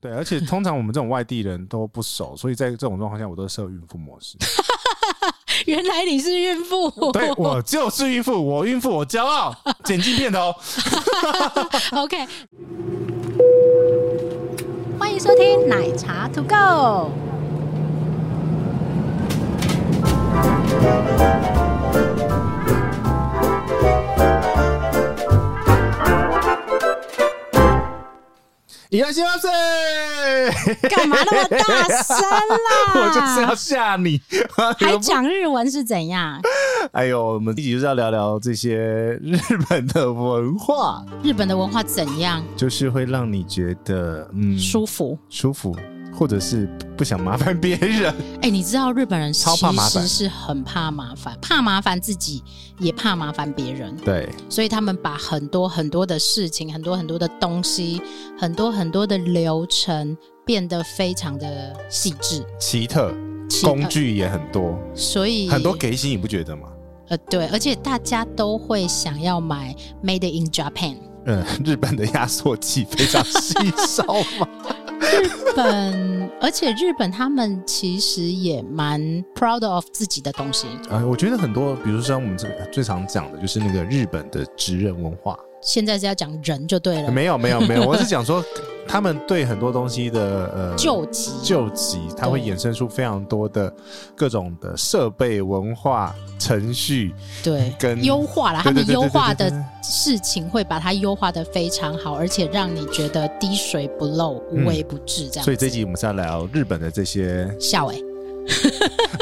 对，而且通常我们这种外地人都不熟，所以在这种状况下，我都设孕妇模式。 原来你是孕妇， 对我就是孕妇，我孕妇，我骄傲。剪辑片头， OK。欢迎收听奶茶 To Go。伊拉西马塞，啊干嘛那么大声啦？ 我就是要吓你。还讲日文是怎样？哎呦，我们一起就是要聊聊这些日本的文化，日本的文化怎样？就是会让你觉得嗯舒服？舒服，或者是不想麻烦别人。哎、你知道日本人其超怕麻烦实是很怕麻烦，怕麻烦自己，也怕麻烦别人，对，所以他们把很多很多的事情、很多很多的东西、很多很多的流程变得非常的细致。奇特奇特工具也很多，所以很多给薪，你不觉得吗？呃，对，而且大家都会想要买 Made in Japan。嗯，日本的压缩机非常稀少嘛。日本，而且日本他们其实也蛮 proud of 自己的东西，呃，我觉得很多，比如说像我们这最常讲的就是那个日本的职人文化。现在是要讲人就对了，没有没有没有，我是讲说他们对很多东西的呃救急。救急，它会衍生出非常多的各种的设备、文化、程序对跟优化了，他对们对对优对化对对的事情会把它优化的非常好，而且让你觉得滴水不漏、无嗯微不至这样。，所以这集我们是要聊日本的这些笑哎、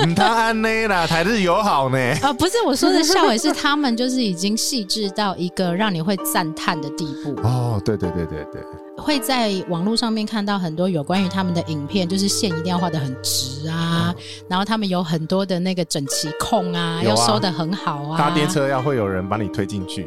嗯，他安内啦，台日友好呢。啊、不是我说的笑哎，是他们就是已经细致到一个让你会赞叹的地步。哦，对对对对对，会在网络上面看到很多有关于他们的影片，就是线一定要画的很直啊，然后他们有很多的那个整齐控啊，有要啊收的很好啊。哎搭电，车要会有人把你推进去，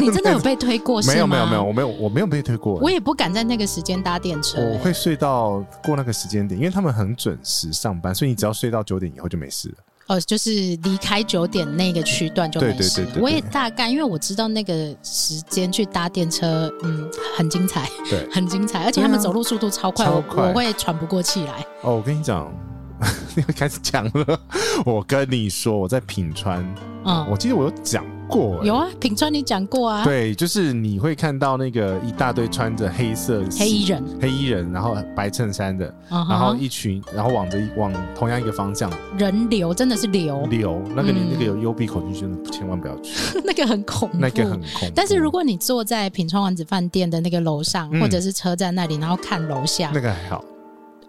你真的有被 推过哦是吗？没有没有没有，，我没有我没有被推过，我也不敢在那个时间搭电车、我欸。会睡到过那个时间点，因为他们很准时上班，所以你只要睡到九点以后就没事了。哦，就是离开九点那个区段就没对对事对了。对对我也大概，因为我知道那个时间去搭电车，嗯，很精彩，对 很精彩，而且他们对啊走路速度超快，超我快我会喘不过气来。哦，我跟你讲， 又开始讲了。我跟你说，我在品川，嗯，我记得我有讲过、欸有啊，品川你讲过啊，对，就是你会看到那个一大堆穿着黑色黑衣人，黑衣人，然后白衬衫的，嗯哼然后一群，然后往着一往同样一个方向人流真的是流，流，那个你嗯那个有幽闭恐惧症的，千万不要去， 那个很恐怖。那个很恐怖。嗯但是如果你坐在品川丸子饭店的那个楼上，嗯或者是车站那里，然后看楼下，那个还好，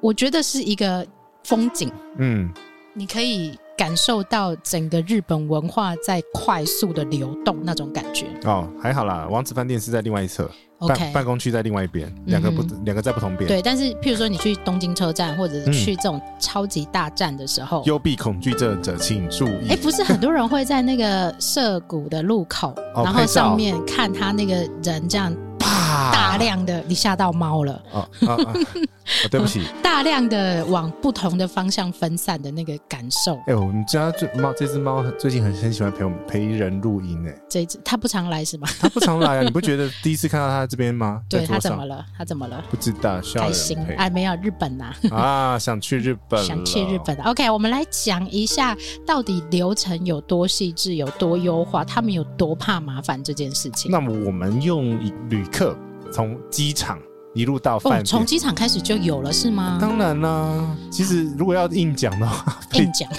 我觉得是一个风景，嗯，你可以感受到整个日本文化在快速的流动那种感觉。哦，还好啦。王子饭店是在另外一侧，办 OK，办公区在另外一边，两个不嗯两个在不同边。对。但是譬如说你去东京车站，或者是嗯去这种超级大站的时候，幽闭恐惧症者请注意。哎，不是很多人会在那个涉谷的路口，哦然后拍照上面看他那个人这样啪！大量的，你吓到猫了。啊啊啊！ 啊对不起，大量的往不同的方向分散的那个感受。哎、我们家这猫这只猫最近很很喜欢陪我们陪人录音哎，这一次他不常来是吗？它不常来啊，你不觉得第一次看到它这边 吗？对在他桌怎上么了？他怎么了？不知道，需要开心人陪哎，没有日本呐、 啊，想去日本了，想去日本。OK，我们来讲一下到底流程有多细致、有多优化，他们有多怕麻烦这件事情。那么我们用旅客从机场一路到哦饭，店，从机场开始就有了是吗？当然啦。其实如果要硬讲的话，飞硬讲，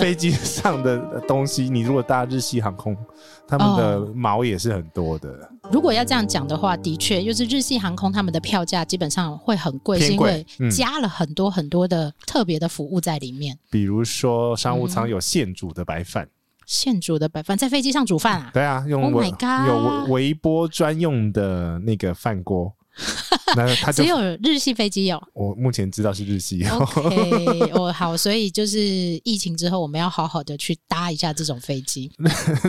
飞机上的东西，你如果搭日系航空，他们的哦毛也是很多的，如果要这样讲的话，的确，就是日系航空他们的票价基本上会很贵，是偏因贵为嗯加了很多很多的特别的服务在里面。比如说商务舱有现煮的白饭，现煮的白饭在飞机上煮饭啊？对啊，用嗯 Oh 微 my god 有微微波专用的那个饭锅，那他就 只有哦日系飞 机有。我目前知道是日系， OK，我好，所以就是疫情之后，我们要好好的去搭一下这种飞机。啊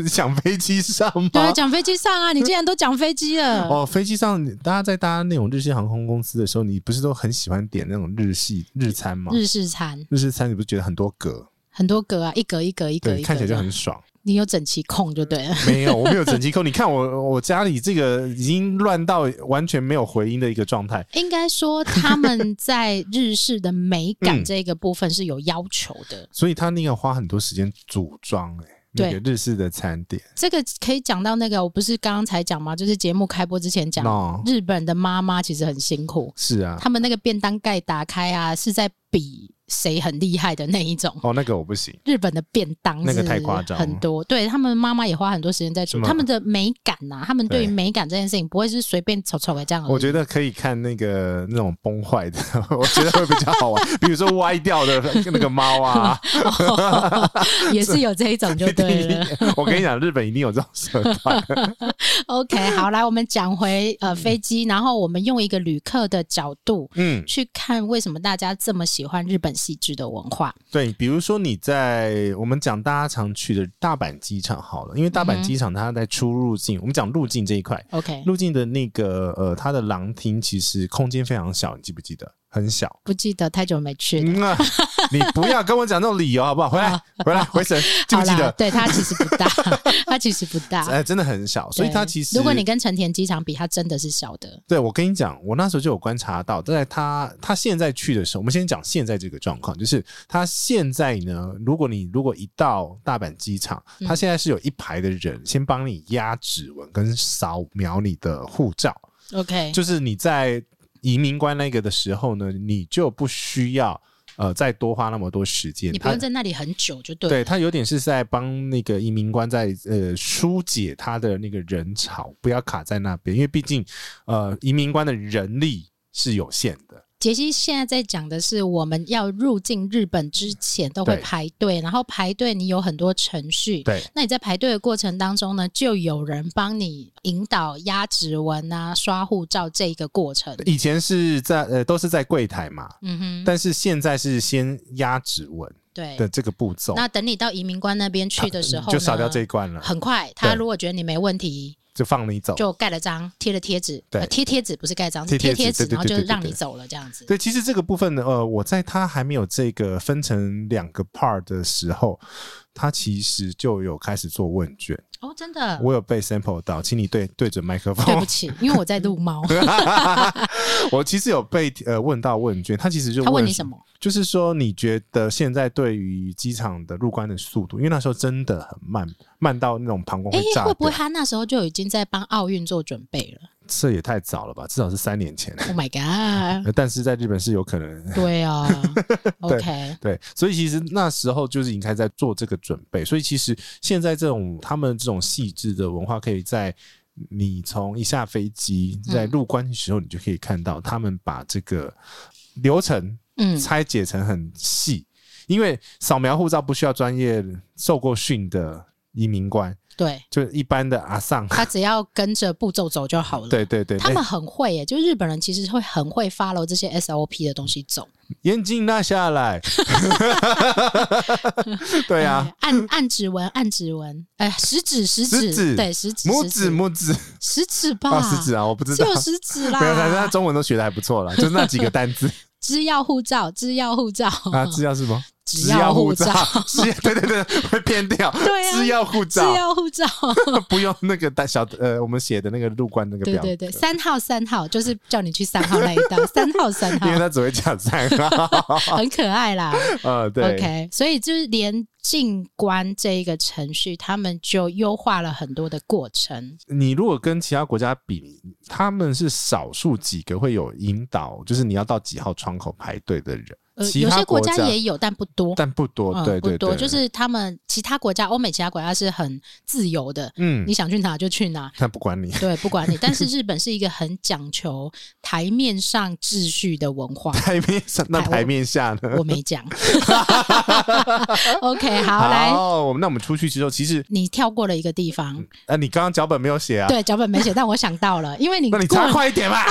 想飞机上对啊，吗？讲飞机上啊，你既然都讲飞机了，哦，飞机上大家在搭那种日系航空公司的时候，你不是都很喜欢点那种日系日餐吗？日式餐日式餐你不是觉得很多格，很多格啊，一格一格一格对，一格，看起来就很。爽。你有整齐控就对了。 没有，我没有整齐控。你看我我家里这个已经乱到完全没有回音的一个状态。应该说他们在日式的美感嗯这个部分是有要求的。所以他宁愿花很多时间组装、欸，对那个日式的餐点，这个可以讲到那个，我不是刚刚才讲吗？就是节目开播之前讲 No 日本的妈妈其实很辛苦，是啊，他们那个便当盖打开啊，是在比谁很厉害的那一种。哦，那个我不行，日本的便当那个是太夸张了很多，对他们妈妈也花很多时间在是煮吗他们的美感呐、他们对于对美感这件事情不会是随便丑丑的这样而已。我觉得可以看那个那种崩坏的， 我觉得会比较好玩，比如说歪掉的 那个猫啊， 也是有这一种就一定 对一 了。定我跟你讲，日本一定有这种社团， OK，好，来我们讲回呃飞机，然后我们用一个旅客的角度嗯，去看为什么大家这么喜欢日本细致的文化。对，比如说你在我们讲大家常去的大阪机场好了，因为大嗯阪机场它在出入境，我们讲路径这一块， OK，路径的那个呃，它的廊厅其实空间非常小，你记不记得？很小。不记得太久没去了。嗯啊， 你不要跟我讲这种理由好不好？回来，回 来，回神，记不啊好记啦，得？对它其实不大， 它其实不大。哎，真的很小，所以对它其实如果你跟成田机场比，它真的是小的。对我跟你讲，我那时候就有观察到，在他他现在去的时候，我们先讲现在这个状况，就是他现在呢，如果你如果一到大阪机场，嗯他现在是有一排的人先帮你压指纹跟扫描你的护照， OK，就是你在移民官那个的时候呢，你就不需要呃再多花那么多时间，你不他用在那里很久就对了。对他有点是在帮那个移民官在呃疏解他的那个人潮，不要卡在那边，因为毕竟呃移民官的人力是有限的。杰西现在在讲的是，我们要入境日本之前都会对排队，然后排队你有很多程序。对那你在排队的过程当中呢，就有人帮你引导压指纹啊、刷护照这一个过程。以前是在呃都是在柜台嘛，嗯哼，但是现在是先压指纹对。的这个步骤，啊那等你到移民官那边去的时候，嗯就少掉这一。关了，很快，他对如果觉得你没问题，就放你走。就盖了章，贴了贴纸，对呃贴贴纸不是盖章，是贴贴贴贴纸纸，对对然后就对对对让对你走了这样子。对，其实这个部分呢，呃，我在它还没有这个分成两个 part 的时候，它其实就有开始做问卷，哦，真的，我有被 sample 到，请你对对准麦克风，对不 起，因为我在录猫。啊我其实有被呃问到问卷，他其实就他问你什么？就是说你觉得现在对于机场的入关的速度，因为那时候真的很慢，慢到那种膀胱哎、会炸会不掉。会他那时候就已经在帮奥运做准备了这也太早了吧？至少是三年前。 ？Oh my god！呃但是在日本是有可能。对啊，OK，对，所以其实那时候就是已经开始在做这个准备，所以其实现在这种他们这种细致的文化，可以在你从一下飞机嗯在入关的时候，你就可以看到他们把这个流程 嗯，拆解成很细，因为扫描护照不需要专业受过训的移民官，对，就一般的阿桑。他只要跟着步骤走就好了。对哎对对，他们很会耶，就日本人其实会很会 follow 这些 SOP 的东西走。哎眼镜拿下 来。对啊，哎，按按指纹，按指纹，哎，食指，食食指指，对，食指，拇食指拇指食指吧，啊，食指啊，我不知只道。有食指啦。没有，反正他中文都学的还不错啦，就是那几个单 字只要护照，只要护照，啊，制药是什么？ 只要护照照， 制对对对，会偏掉。 对啊制药护只照，要护照。 不用那个大小呃，我们写的那个入关那个对表格，对对，三号三号就是叫你去三号那一 道，三号三因为号他只会讲三 号。很可爱啦。 呃，对 OK，所以就是连进关这一个程序，他们就优化了很多的过程。你如果跟其他国家比，他们是少数几个会有引导，就是你要到几号窗口排队的人。呃，其有他些国家家也有，但不多。但不多，嗯，对对不对，多，就是他们其他国家，欧美其他国家是很自由的，嗯你，想去哪就去哪，他不管你。，对，不管你。但是日本是一个很讲求台面上秩序的文化台面上，那哎我台面下呢？我没讲。OK，好，来，好，我们那我们出去之后，其实你跳过了一个地方，啊，你刚刚脚本没有写啊，对，脚本没写，但我想到了，因为你那过啊你查快一点吧。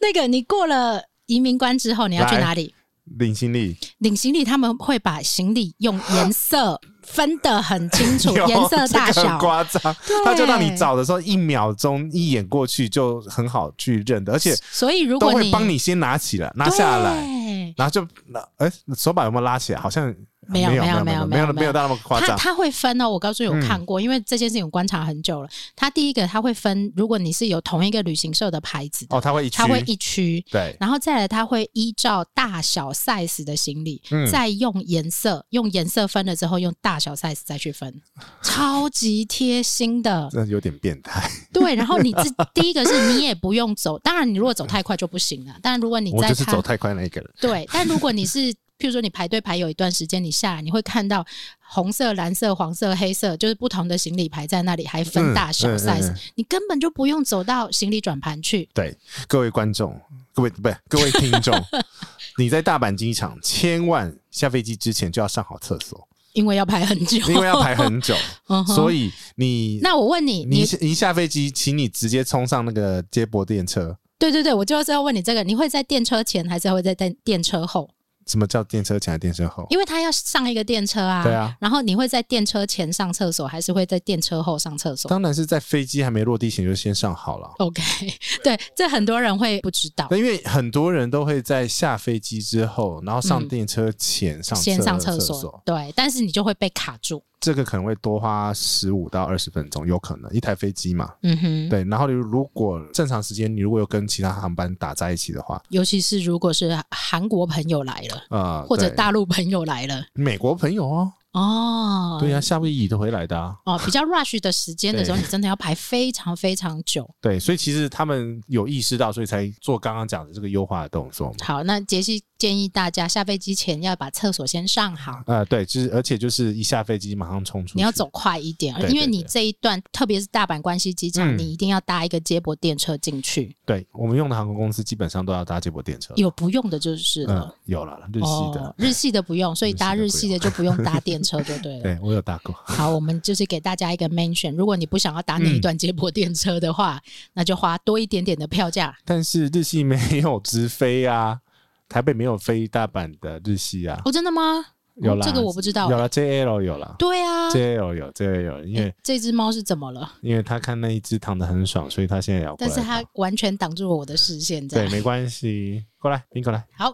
那个你过了移民关之后，你要去来哪里？领行李，领行李，他们会把行李用颜色分得很清楚， 有颜色大这个很小。夸张，对他就让你找的时候一秒钟一眼过去就很好去认的，而且所以如都果会你帮你先拿起来，拿下来。呃对然后就那哎、手把有没有拉起来？好像没有没有没没有没有没没有有。到那么夸他张。他会分哦，我告诉你，我嗯看过，因为这件事情我观察很久了。他第一个他会分，如果你是有同一个旅行社的牌子的，哦，他会一区他，会一区，对，然后再来，它会依照大小 size 的行李，嗯再用颜色，用颜色分了之后，用大小 size 再 去分，超级贴心的。那有点变态。对，然后你自第一个是你也不用走，当然你如果走太快就不行了，但如果你我在就是走看，太快那一个人，对，但如果你是。譬如说，你排队排有一段时间，你下来你会看到红色、蓝色、黄色、黑色，就是不同的行李排在那里，还分大小嗯嗯嗯 size，、嗯你根本就不用走到行李转盘去。对，各位观众，各位不是各位听 众，你在大阪机场千万下飞机之前就要上好厕所，因为要排很久，因为要排很 久，嗯哼所以你那我问你，你你一下飞机，请你直接冲上那个接驳电车。对对对，我就是要问你这个，你会在电车前还是会在电电车后？什么叫电车前还是电车后？因为他要上一个电车啊，对啊。然后你会在电车前上厕所，还是会在电车后上厕所当然是在飞机还没落地前就先上好了。 ？OK，对， 这很多人会不知道那。因为很多人都会在下飞机之后，然后上电车前上嗯先上厕所，对，但是你就会被卡住。这个可能会多花十五到二十分钟，有可能一台飞机嘛。嗯哼，对，然后你如果正常时间，你如果有跟其他航班打在一起的话，尤其是如果是韩国朋友来了，呃，或者对大陆朋友来了，美国朋友哦，哦，对啊，夏威夷都回来的啊，哦，比较 rush 的时间的时候，你真的要排非常非常久。对，所以其实他们有意识到，所以才做刚刚讲的这个优化的动作嘛。好，那杰西建议大家下飞机前要把厕所先上好。呃，对，就是而且就是一下飞机马上冲出去，你要走快一点，对对因为对你这一段，特别是大阪关西机嗯场，你一定要搭一个接驳电车进去。对我们用的航空公司基本上都要搭接驳电车，有不用的就是呃嗯、了，有了日系的，哦，日系的不用，所以搭日日系系的的就不用搭电车，就 对了。对我有搭过，好，我们就是给大家一个 mention，如果你不想要搭那一嗯段接驳电车的话，那就花多一点点的票价。但是日系没有直飞啊，台北没有飞大阪的日系啊，哦，真的吗？有哦啦，这个我不知道有。啦 JL 有啦对啊，哎 JL 有 JL 有，因为、诶这只猫是怎么了？因为他看那一只躺的很爽，所以他现在也要过但来是躺。它完全挡住了我的视线，这对，样。没关系，过来，宾过来。好，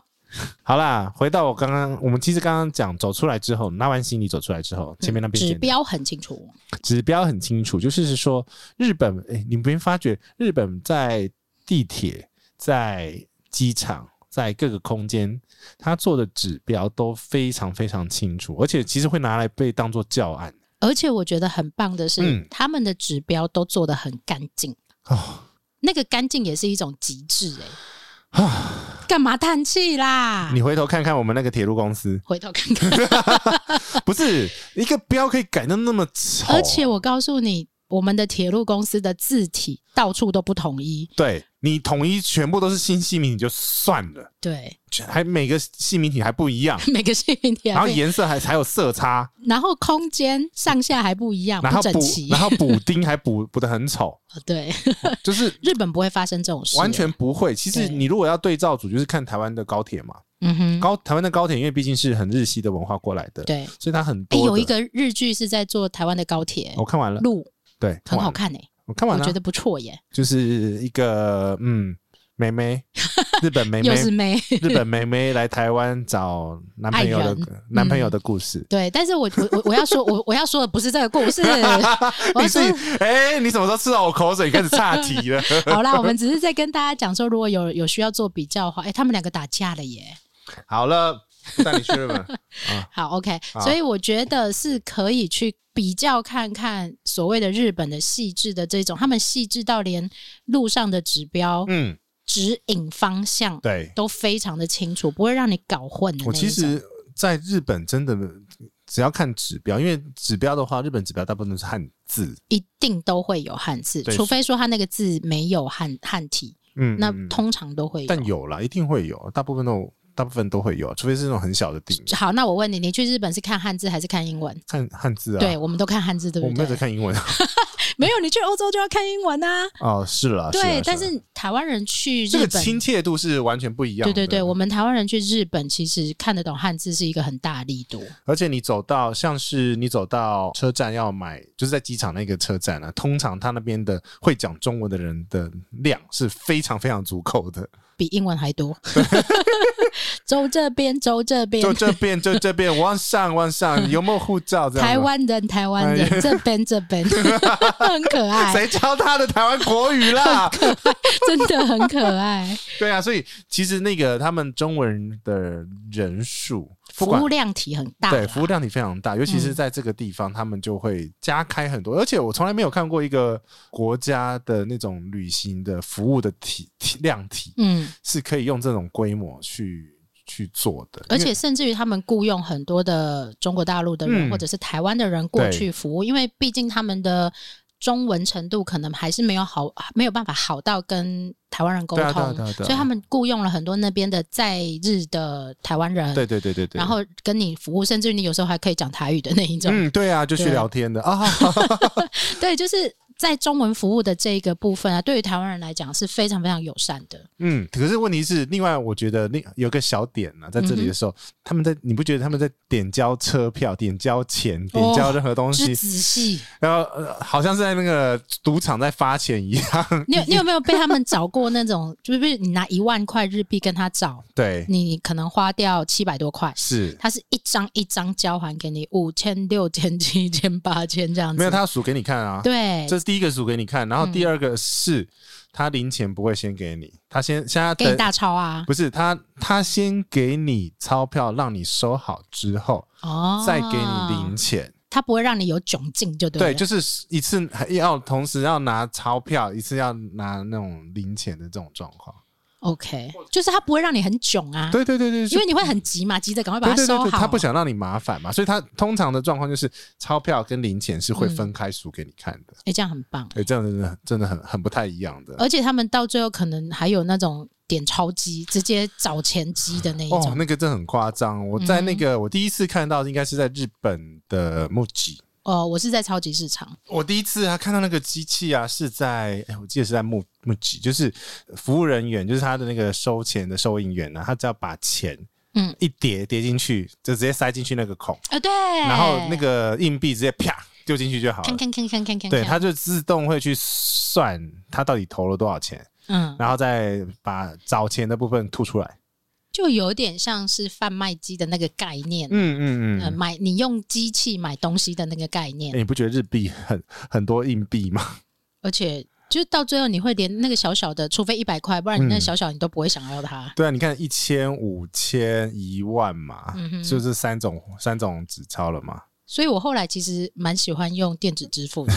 好啦，回到我刚刚，我们其实刚刚讲走出来之后，拿完行李走出来之后，前面那边嗯指简单标很清楚。指标很清楚，就是说日本，哎、你没发觉日本在地铁、在机场、在各个空间，它做的指标都非常非常清楚，而且其实会拿来被当做教案而且我觉得很棒的是，嗯他们的指标都做得很干净，哦。那个干净也是一种极致哎、干嘛叹气啦？啊你回头看看我们那个铁路公 司，回头看看，不是一个标可以改的那么丑，而且我告诉你，我们的铁路公司的字体到处都不统一，对你统一全部都是新系名体就算了，对， 还每个系名体还不一样，每个姓名体然后还不一样，颜色还还有色差，然后空间上下还不一样，然啊不后整补齐，哦然后补丁还补补的很 丑，对，就是日本不会发生这种事，完，全不会。其实对你如果要对照组，就是看台湾的高铁嘛。嗯哼，高台湾的高铁，因为毕竟是很日系的文化过来的，对，所以它很哎、多的。有一个日剧是在做台湾的高铁我看完了，路，对，很好看完了，看哎、我看完我觉了得，不错耶，就是一个嗯，妹 妹，日本妹妹又，是妹。 日本妹妹来台湾找男朋友爱的人嗯男朋友的故事。对，但是我我我我要说，我我要说的不是这个故 事，我要你说自己，哎、你什么时候吃到我口水，开始岔题了？好啦，我们只是在跟大家讲说，如果有有需要做比较的话，哎、他们两个打架了耶。好了，不带你去 日本。好，OK，好所以我觉得是可以去比较看看所谓的日本的细致的这种，他们细致到连路上的指标、嗯，指引方向对，都非常的清楚，不会让你搞混的那我一其种。实在日本真的只要看指标，因为指标的话，日本指标大部分都是汉字。一定都会有汉字，对除非说他那个字没有汉汉体，嗯，那嗯通常都会有。但有啦，一定会有，大部分都大部分都会有，除非是那种很小的地名。好，那我问你，你去日本是看汉字还是看英文？看汉字啊，对，我们都看汉字，对我不没有在对？看英文 没有，你去欧洲就要看英文啊。哦，是啦，啦对，但啦是台湾人去这日个本，亲切度是完全不一样对的。对对，我们台湾人去日本，其实看得懂汉字是一个很大的力度。而且你走到像是你走到车站要买，就是在机场那个车站啊，通常他那边的会讲中文的人的量是非常非常足够的。 比英文还多。走这边，走这边，就这边，就这边，往上，往上，有没有护照？这样吗啊台湾人，台湾人，哎这边，这边，很可 爱，谁教他的台湾国语 啦？真的很可爱，对啊，所以其实那个他们中文的人数， 不服管务量啊嗯体很大啦，对服务量体非常大，尤其是在这个地方，他们就会加开很多。而且我从来没有看过一个国家的那种旅行的服务的体体量体嗯，是可以用这种规模去去做的，而因为且甚至于他们雇佣很多的中国大陆的人、嗯或者是台湾的人过去服务，因为毕竟他们的中文程度可能还是没有好，没有办法好到跟台湾人沟对啊通，对啊对啊对啊所以他们雇佣了很多那边的在日的台湾人，对对对对对，然后跟你服务，甚至于你有时候还可以讲台语的那一种，嗯，对啊，就去对聊天的啊，对，就是在中文服务的这一个部分啊，对于台湾人来讲是非常非常友善的，嗯，可是问题是，另外我觉得另有个小点呢、在这里的时候，嗯他们在你不觉得他们在点交车哦票、点交钱、点交任何东西，是仔细。然后、呃、好像是在那个赌场在发钱一样，你有你有没有被他们找过那种，就是不是你拿一万块日币跟他找， 对，你可能花掉七百多块，是他是一张一张交还给你五千、六千、七千、八千这样子。没有他数给你看啊，对，嗯这是第一个数给你看，然后第二个是、他零钱不会先给你，他先现在给你等。大钞啊，不是他，他先给你钞票，让你收好之后，哦，再给你零，钱。他不会让你有窘境，就对了。对，就是一次还要同时要拿钞票，一次要拿那种零钱的这种状况。 OK，就是他不会让你很窘啊，对对对对，因就为你会很急嘛，急着赶快把对它对收对好。啊对，他不想让你麻烦嘛，所以他通常的状况就是钞票跟零钱是嗯会分开数给你看的。哎、这样很棒。对，这样真的很真的很很不太一样的。而且他们到最后可能还有那种点钞机，直接找钱机的那一哦种，。那个真的很夸张。我在那嗯个、我第一次看到，应该是在日本的木吉。哦，我是在超级市场，我第一次啊看到那个机器啊，是在哎我记得是在木木吉，就是服务人员，就是他的那个收钱的收银员呢、啊，他只要把钱嗯一叠叠进去，就直接塞进去那个孔，啊、对，然然后那个硬币直接啪丢进去就好看了。看看看看看，对，它就自动会去算他到底投了多少钱，嗯，然后再把找钱的部分吐出来。就有点像是贩卖机的那个概念，嗯嗯呃，嗯。买你用机器买东西的那个概念，欸你不觉得日币很很多硬币吗？而且就是到最后你会连那个小小的，除非一百块，不然嗯你那小小你都不会想要它。对啊，你看一千、五千、一万嘛，嗯哼就是三种三种纸钞了嘛。所以我后来其实蛮喜欢用电子 支付的，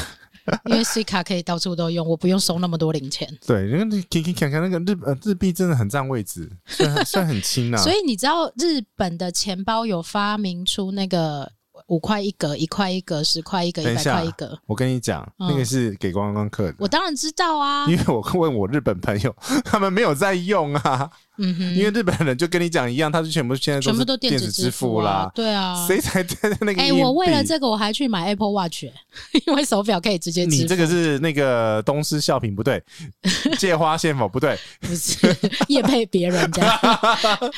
因为 C 卡可以到处都用，我不用收那么多零钱。对，因为你可以可以看看那个日呃日币真的很占位置，虽然 虽然很轻啊，所以你知道日本的钱包有发明出那个五块一格、一块一格、十块一格、等一一百下块一格。我跟你讲，嗯那个是给观光客的。我当然知道啊，因为我问我日本朋友，他们没有在用啊，嗯哼，因为日本人就跟你讲一样，他就全部现在全部是都电子支付啊啦，，对啊。谁才在那个？哎、我为了，这个我还去买 Apple Watch，欸、 因为手表可以直接支付。你这个是那个东施效颦不 对，借花献佛不对，不是 夜配别 人家，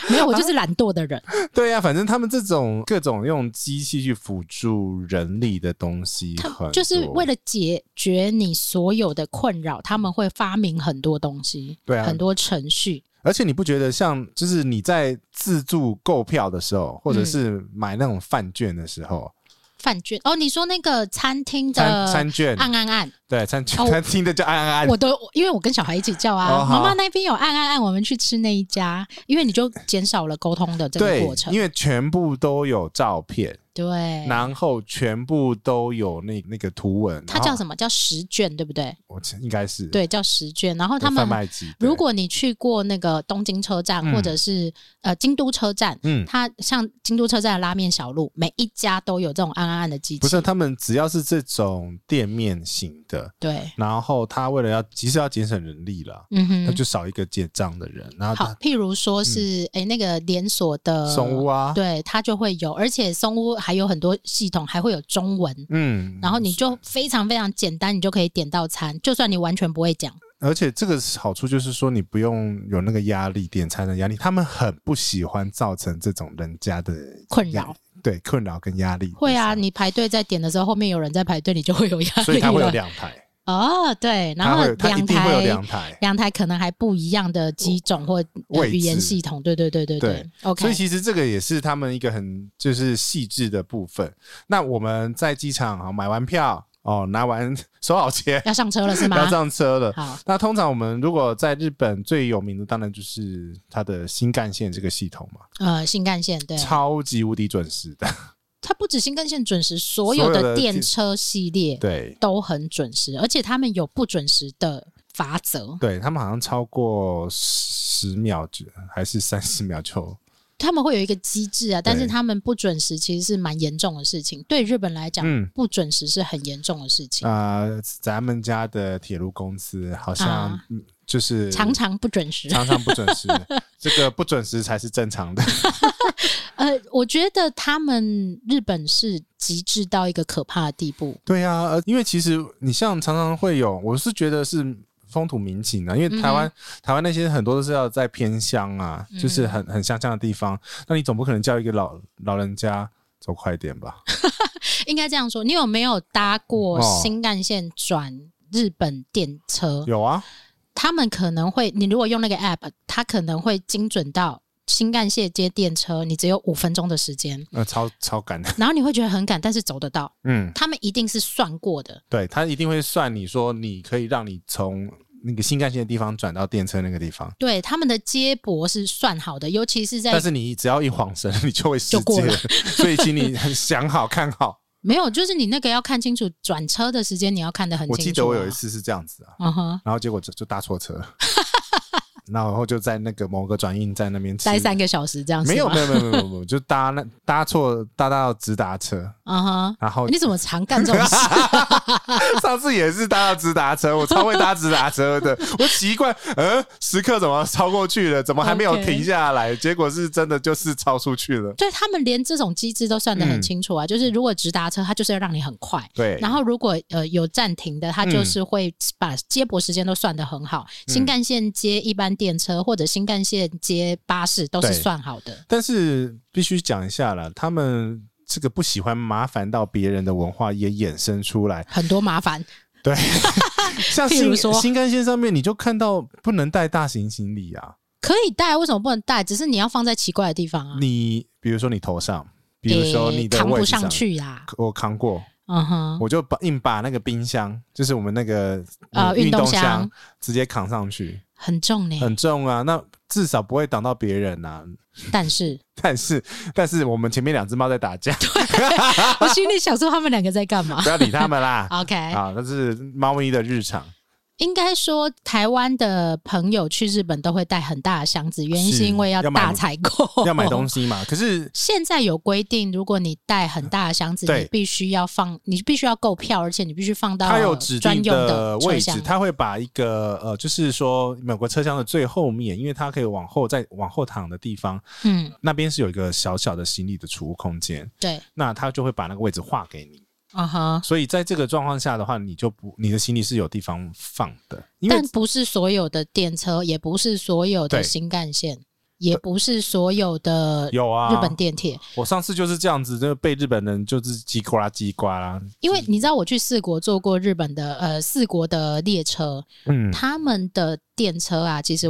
没有，我就是懒惰的人。对呀、反正他们这种各种用机器去辅助人力的东西很他多，就是为了解决你所有的困扰，他们会发明很多东西，对啊很多程序。而且你不觉得像就是你在自助购票的时候，嗯或者是买那种饭券的时候，饭券哦，你说那个餐厅餐的餐券，呃按按按，对餐券，哦餐厅的叫按按按我，都因为我跟小孩一起叫哦啊，好妈妈那边有按按按，我们去吃那一家，因为你就减少了沟通的这个对过，程。因为全部都有照片，对，然后全部都有那那个图文，它叫什么？么叫十卷，对不对？我应该是对，叫十卷。然后他贩们卖机，对如果你去过那个东京车站，嗯或者是呃京都车站，嗯。它像京都车站的拉面小路，每一家都有这种按按按的机器。不是，他们只要是这种店面型的，对，然后他为了要，其实要节省人力啦，嗯他哼。就少一个结账的人，然后好他，譬如说是诶、那个连锁的松屋啊，呃对，它就会有，而且松屋还有很多系统，还会有中文。嗯，然后你就非常非常简单，你就可以点到餐，就算你完全不会讲，而且这个好处就是说，你不用有那个压力，点餐的压力，他们很不喜欢造成这种人家的困扰，对困扰跟压力。啊 会啊，，你排队在点的时候，后面有人在排队，你就会有压力了。啊所以他会有两台，哦，对，然它后会有它一两定会有台两台。两台可能还不一样的机种或呃哦位置语言系统，对对对对对对所，OK 以。其实这个也是他们一个很就是细致的部分。那我们在机场啊买完票哦，拿完 收好钱，要上车了是吗要？上车了。好，那通常我们如果在日本最有名的，当然就是它的新干线这个系统嘛，呃，新干线对，超级无敌准时的。 它不止新干线准时，所所有有的的电电车系列对，都很准时，而且他们有不准时的法则，对他们好像超过十秒就还是三十秒 就他们会有一个机制啊，但是他们不准时其实是蛮严重的事情，对日本来讲，嗯不准时是很严重的事情，呃，咱们家的铁路公司好像啊嗯就是常常不准时。常常不准时，这个不准时才是正常的。呃，我觉得他们日本是极致到一个可怕的地步。对呀、呃，因为其实你像常常会有，我是觉得是风土民情啊，因为嗯台湾、台湾那些很多都是要在偏乡啊，嗯就是很很乡乡的地方，那你总不可能叫一个老老人家走快一点吧？应该这样说，你有没有搭过哦新干线转日本电车？有啊，他们可能会，你如果用那个 app，它可能会精准到新干线接电车，你只有五分钟的时间，呃，超超赶的，然后你会觉得很赶，但是走得到。嗯。他们一定是算过的，对他一定会算你说你可以让你从那个新干线的地方转到电车那个地方，对他们的接驳是算好的，尤其是在但是你只要一晃神， 你就会失就过界了了。所以请你 很想好看好。没有，就是你那个要看清楚转车的时间，你要看得很我清楚、啊。记得我有一，次是这样子啊，嗯哼，然后结果就就搭错车了，然后就在那个某个转运站那边吃待三个小时这样没有是吗没有没有没有没有没有，就搭那搭错搭到直达车，嗯哼，然后你怎么常 干这种事？上次也是搭到直达车，我超会搭直达车的。我奇怪，呃，时刻怎么超过去了？怎么还没有 OK 停下来？结果是真的就是超出去了。对他们连这种机制都算得很清楚啊，就是如果直达车，它就是要让你很快。嗯对，嗯然后如果呃有暂停的，它就是会把接驳时间都算得很好。新干线接一般电车或者新干线接巴士都是对算好的。但是必须讲一下了，他们这个不喜欢麻烦到别人的文化也衍生出来，很多麻烦，对，像譬如新说新干线上面你就看到不能带大型行李啊，可以带，为什么不能带？只是你要放在奇怪的地方啊，你比如说你头上，比如说诶你的扛位不置上，去啦。我扛过，嗯哼，我就把硬把那个冰箱，就是我们那个呃嗯运运动动箱直接扛上去，很重呢。很重啊，那至少不会挡到别人呐、啊。 但是 但是，但是我们前面两只猫在打架，我心里想说，他们两个在干嘛不要理他们 啦。 ？OK，啊，那是猫咪的日常，应该说台湾的朋友去日本都会带很大的箱子，原因是是因为要要买大采购，要买东西。西嘛。可是， 现在有规定，如果你带很大的箱子，对你必须要放，你必须要购票，而且你必须放到它有指专定用的车位厢置，它会把一个呃，就是说某个车厢的最后面，因为它可以往后再往后躺的地方，嗯，那边是有一个小小的行李的储物空间，对，那它就会把那个位置划给你。啊哈。所以在这个状况下的话，你就不你的行李是有地方放的，因为但不是所有的电车，也不是所有的对呃新干线，也不是所有的日有啊，本电铁，我上次就是这样子，就被日本人就是叽呱啦叽呱啦，因为你知道我去四国坐过日本的呃四国的列车，嗯他们的电车啊，其实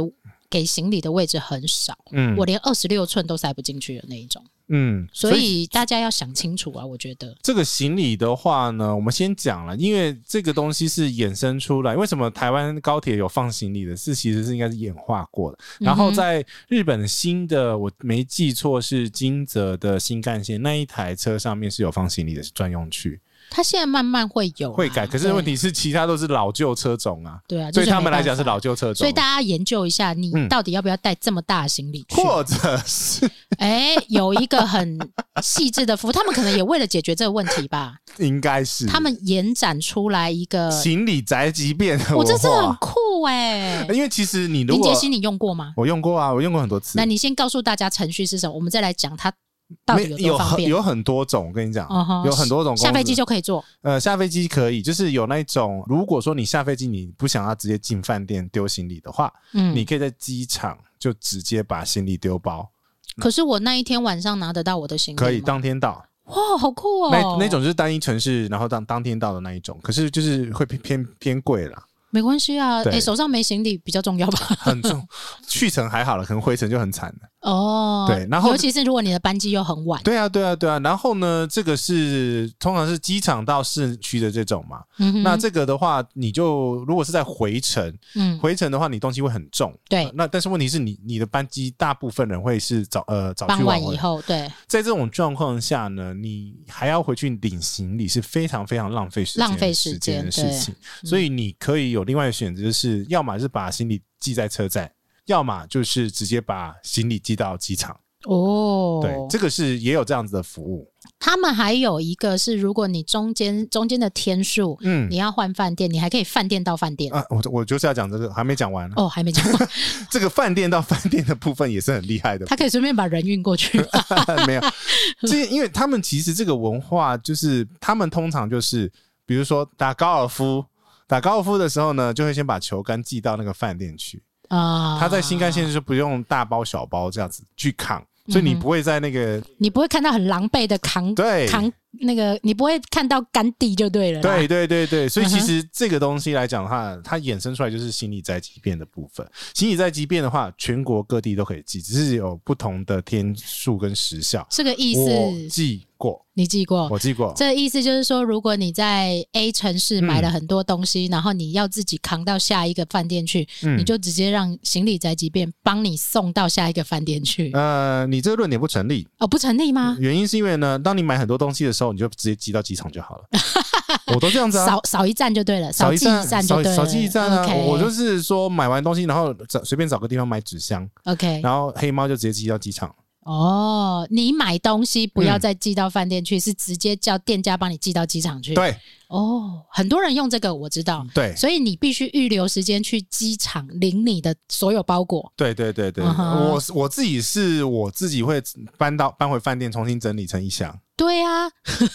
给行李的位置很少，嗯我连二十六寸都塞不进去的那一种，嗯，所以大家要想清楚啊，我觉得，这个行李的话呢，我们先讲了，因为这个东西是衍生出来。为什么台湾高铁有放行李的？是其实是应该是演化过的。嗯然后在日本新的，我没记错是金泽的新干线那一台车上面是有放行李的，是专用区他现在慢慢会有啊、会改。可是对问，题是，其他都是老旧车种啊，对啊，对这他们来没办讲法是老。旧车种啊所以。大家研究一下，你嗯到底要不要带这么大的行李去？或者是哎、有一个很细致的服务，他们可能也为了解决这个问题吧，应该 是他们延展出来一个，行李宅急便的我这文是很化，酷哎、因为其实你如林果杰西，你用过吗？我用过啊，我用过很多次那。你先告诉大家程序是什么，我们再来讲它到没底有有多方很便。有很多种，我跟你讲嗯哼有很多种公司。下飞机就可以做，呃，下飞机可以，就是有那一种，如果说你下飞机你不想要直接进饭店丢行李的话，嗯，你可以在机场就直接把行李丢包，可是我那一天晚上拿得到我的行李吗可以当天到。哇，好酷哦！那那种就是单一城市，然后当当天到的那一种，可是就是会偏偏偏贵啦，没关系啊，对哎，手上没行李比较重要 吧？很重。去程还好了，可能回程就很惨了。哦，对然后尤其是如果你的班机又很晚，对啊，对啊，对啊。然后呢，这个是通常是机场到市区的这种嘛。嗯哼那这个的话，你就如果是在回程，嗯，回程的话，你东西会很重。对呃那但是问题是你你的班机大部分人会是早呃早去傍晚晚回以，后，对，在这种状况下呢，你还要回去领行李是非常非常浪费时间的浪费时间嗯的事情。所以你可以有另外的选择，就是要么是把行李寄在车站，要么就是直接把行李寄到机场。哦，对，这个是也有这样子的服务。他们还有一个是，如果你中间中间的天数，嗯你要换饭店，你还可以饭店到饭店。啊，我我就是要讲这个，还没讲完。哦，还没讲完， 这个饭店到饭店的部分也是很厉害的，他可以随便把人运 过去。没有，这因为他们其实这个文化就是，他们通常就是，比如说打高尔夫，打高尔夫的时候呢，就会先把球杆寄到那个饭店去。啊、他在新干线，就是不用大包小包这样子去扛，所嗯以你不会在那个、你不会看到很狼狈的扛对扛那个，你不会看到干地就对了。对，对对对，所以其嗯哼实这个东西来讲的话，它衍生出来就是心理灾疾变的部分。心理灾疾变的话，全国各地都可以寄，只是有不同的天数跟时效。这个意我思寄过，你记过。我寄过。哦这个意思就是说，如果你在 A 城市嗯买了很多东西，然后你要自己扛到下一个饭店去，嗯你就直接让行李宅急便帮你送到下一个饭店去。呃，你这个论点不成立，哦，不成立吗？原因是因为呢，当你买很多东西的时候，你就直接寄到机场就好了。我都这样子啊，少少一站就对了，少少记站，站就少对了，少寄一站啊。 OK 我我就是说买完东西，然后找随便找个地方买纸箱， OK。然后黑猫就直接寄到机场。哦，你买东西不要嗯再寄到饭店去，是直接叫店家帮你寄到机场去。，对哦，很多人用这个，我知道。嗯对所以你必须预留时间去机场领你的所有包裹。对对对对，嗯哼我我自己是我自己会搬到搬回饭店，重新整理成一箱，对啊，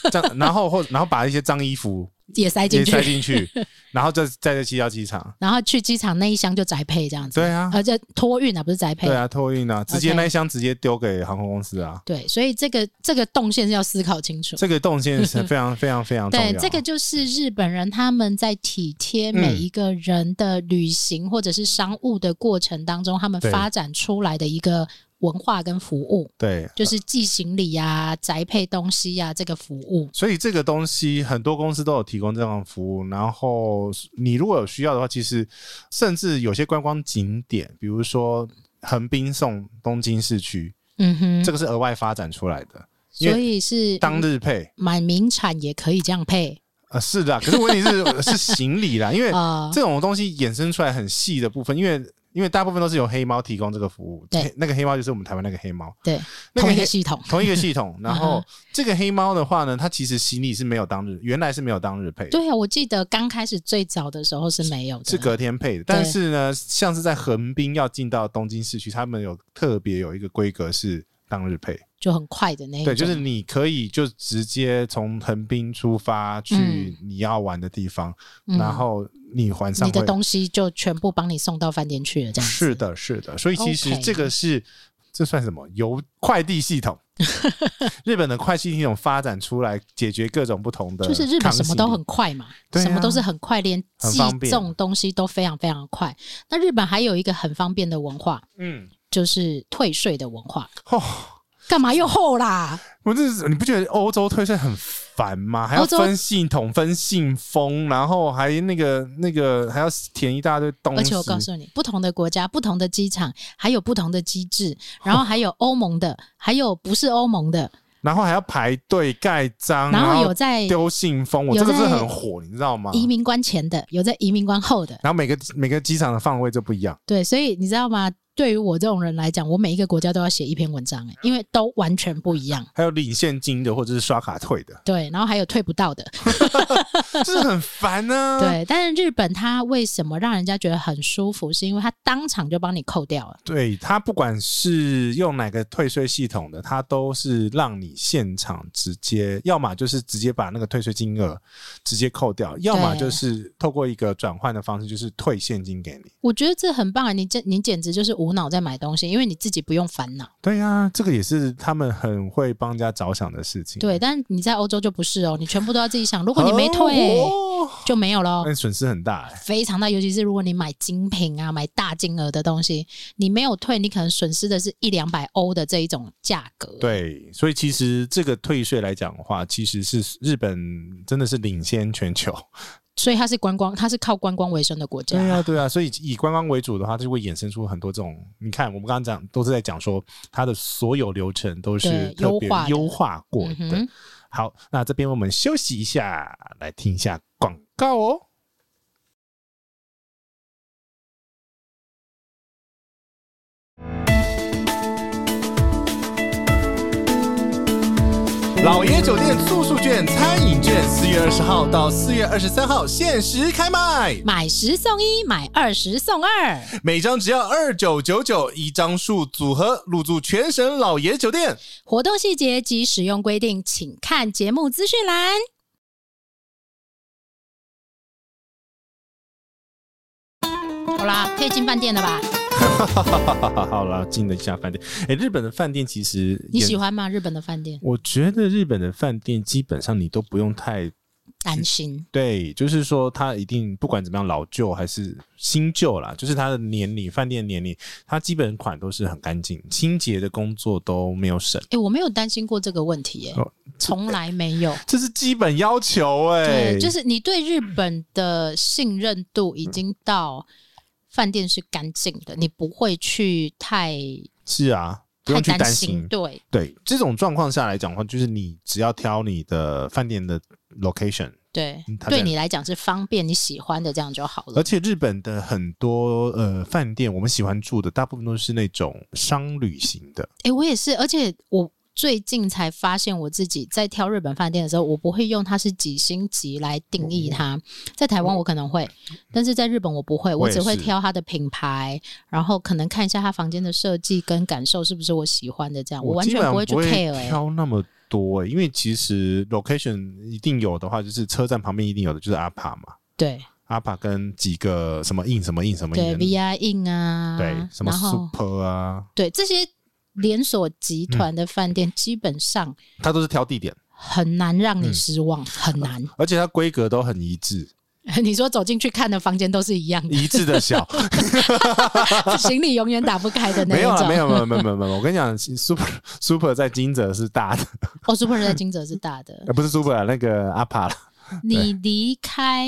这样，然后或然后把一些脏衣服也塞进也去，塞进去，然后再再再寄到机场。 然后去机场那一箱就宅配这样子。对啊，而且托运啊，不是宅配。对啊，托运啊，直接 OK 那一箱直接丢给航空公司啊。对所以这个这个动线是要思考清楚。这个动线是非常非常非常重要。嗯对，这个就是日本人他们在体贴每一个人的旅行或者是商务的过程当中，他们对发展出来的一个文化跟服务，对，就是寄行李呀、宅配东西呀、这个服务。所以这个东西很多公司都有提供这样的服务。然后你如果有需要的话，其实甚至有些观光景点，比如说横滨送东京市区，嗯哼，这个是额外发展出来的，因为所以是当日配。买名产也可以这样配呃，是的啊，可是问题是是行李 啦，因为啊、这种东西衍生出来很细的部分，因为因为大部分都是由黑猫提供这个服务，对黑那个黑猫就是我们台湾那个黑猫，对，那个同一黑个系统。同一个系 统。然嗯后这个黑猫的话呢，它其实行李是没有当日，原来是没有当日配的，对啊，我记得刚开始最早的时候是没有的，是隔天配的。但是呢，像是在横滨要进到东京市区，他们有特别有一个规格是当日配，就很快的那一种。对，就是你可以就直接从横滨出发去你要玩的地方，嗯然后你晚上你的会。东西就全部帮你送到饭店去了，这样子是的，是的，所以其实 OK 这个是这算什么邮快递系 统？日本的快递系统发展出来，解决各种不同的，就是日本什么都很快嘛，对啊什么都是很快，连很寄方便送东西都非常非常快。那日本还有一个很方便的文化，嗯。就是退税的文化。哦，干嘛又厚啦？我这是你不觉得欧洲退税很烦吗？还要欧洲分系统、分信封，然后还那个那个还要填一大堆东西。而且我告诉你，不同的国家、不同的机场，还有不同的机制，然后还有欧盟的，还有不是欧盟的，然后还要排队盖章，然然后有在丢信封，我有这个是在很火，你知道吗？移民关前的，有在移民关后的。然后每个每个机场的放位就不一样，对，所以你知道吗？对于我这种人来讲，我每一个国家都要写一篇文章、欸，因为都完全不一样。还有领现金的或者是刷卡退 的，对，然后还有退不到的，就是很烦啊呢、，对。但是日本它为什么让人家觉得很舒服，是因为它当场就帮你扣掉了。对他不管是用哪个退税系统的，他都是让你现场直接，要么就是直接把那个退税金额直接扣掉，要么就是透过一个转换的方式，就是退现金给你。我觉得这很棒啊！你这你简直就是无无脑在买东西，因为你自己不用烦恼。对呀、这个也是他们很会帮人家着想的事情。对，但你在欧洲就不是哦，你全部都要自己想。如果你没退，哦就没有喽那、。损失很大、欸。非常大，尤其是如果你买精品啊，买大金额的东西，你没有退，你可能损失的是一两百欧的这一种价格。对，所以其实这个退税来讲的话，其实是日本真的是领先全球。所以它是观光，它是靠观光为生的国家。对啊，对啊，所以以观光为主的话，就会衍生出很多这种。你看，我们刚刚讲都是在讲说，它的所有流程都是对特别优化的优化过嗯的哼。好，那这边我们休息一下，来听一下广告哦。老爷酒店住宿券、餐饮券，四月二十号到四月二十三号限时开卖。买十送一，买二十送二。每张只要二九九九，一张数组合入住全省老爷酒店。活动细节及使用规定，请看节目资讯栏。好啦，可以进饭店了吧？ 好了，进了一家饭店。哎、日本的饭店其实你喜也？欢吗？日本的饭店，我觉得日本的饭店基本上你都不用太担心。对，就是说它一定不管怎么样老旧还是新旧啦，就是它的年龄，饭店年龄，它基本款都是很干净，清洁的工作都没有省，哎、我没有担心过这个问题、耶哦 从来没有。这是基本要求哎、嗯对，就是你对日本的信任度已经到饭店是干净的，你不会去太是啊，不太用去担担心。对，对这种状况下来讲的话，就是你只要挑你的饭店的 location，对嗯，他在对你来讲是方便，你喜欢的这样就好了而。且日本的很多呃饭店，我们喜欢住的大部分都是那种商旅型的，诶，我也是，而且我最近才发现我自己在挑日本饭店的时候，我不会用它是几星级来定义嗯它。在台湾我可能会，但是在日本我不会，我我也只会是挑它的品牌，然后可能看一下它房间的设计跟感受是不是我喜欢的这样，我完基全本上会去 care 欸诶。挑那么多、因为其实 location 一定有的话，就是车站旁边一定有的，就是阿帕嘛，对阿帕跟几个什么印什么印什么对印的， ，VR in 啊，对，什么然后 super 啊，对这些连锁集团的饭店，基本上它都是挑地点，很难让你嗯失望，很难。 而且它规格都很一致，你说走进去看的房间都是一样的，一致的小。 行李永远打不开的那一没有种。啦，没有没有没有没有没有，我跟你讲，Super Super 在金泽是大的， 哦，Super 在金泽是大的。呃，不是 Super 啊那个阿帕啦，哦你离开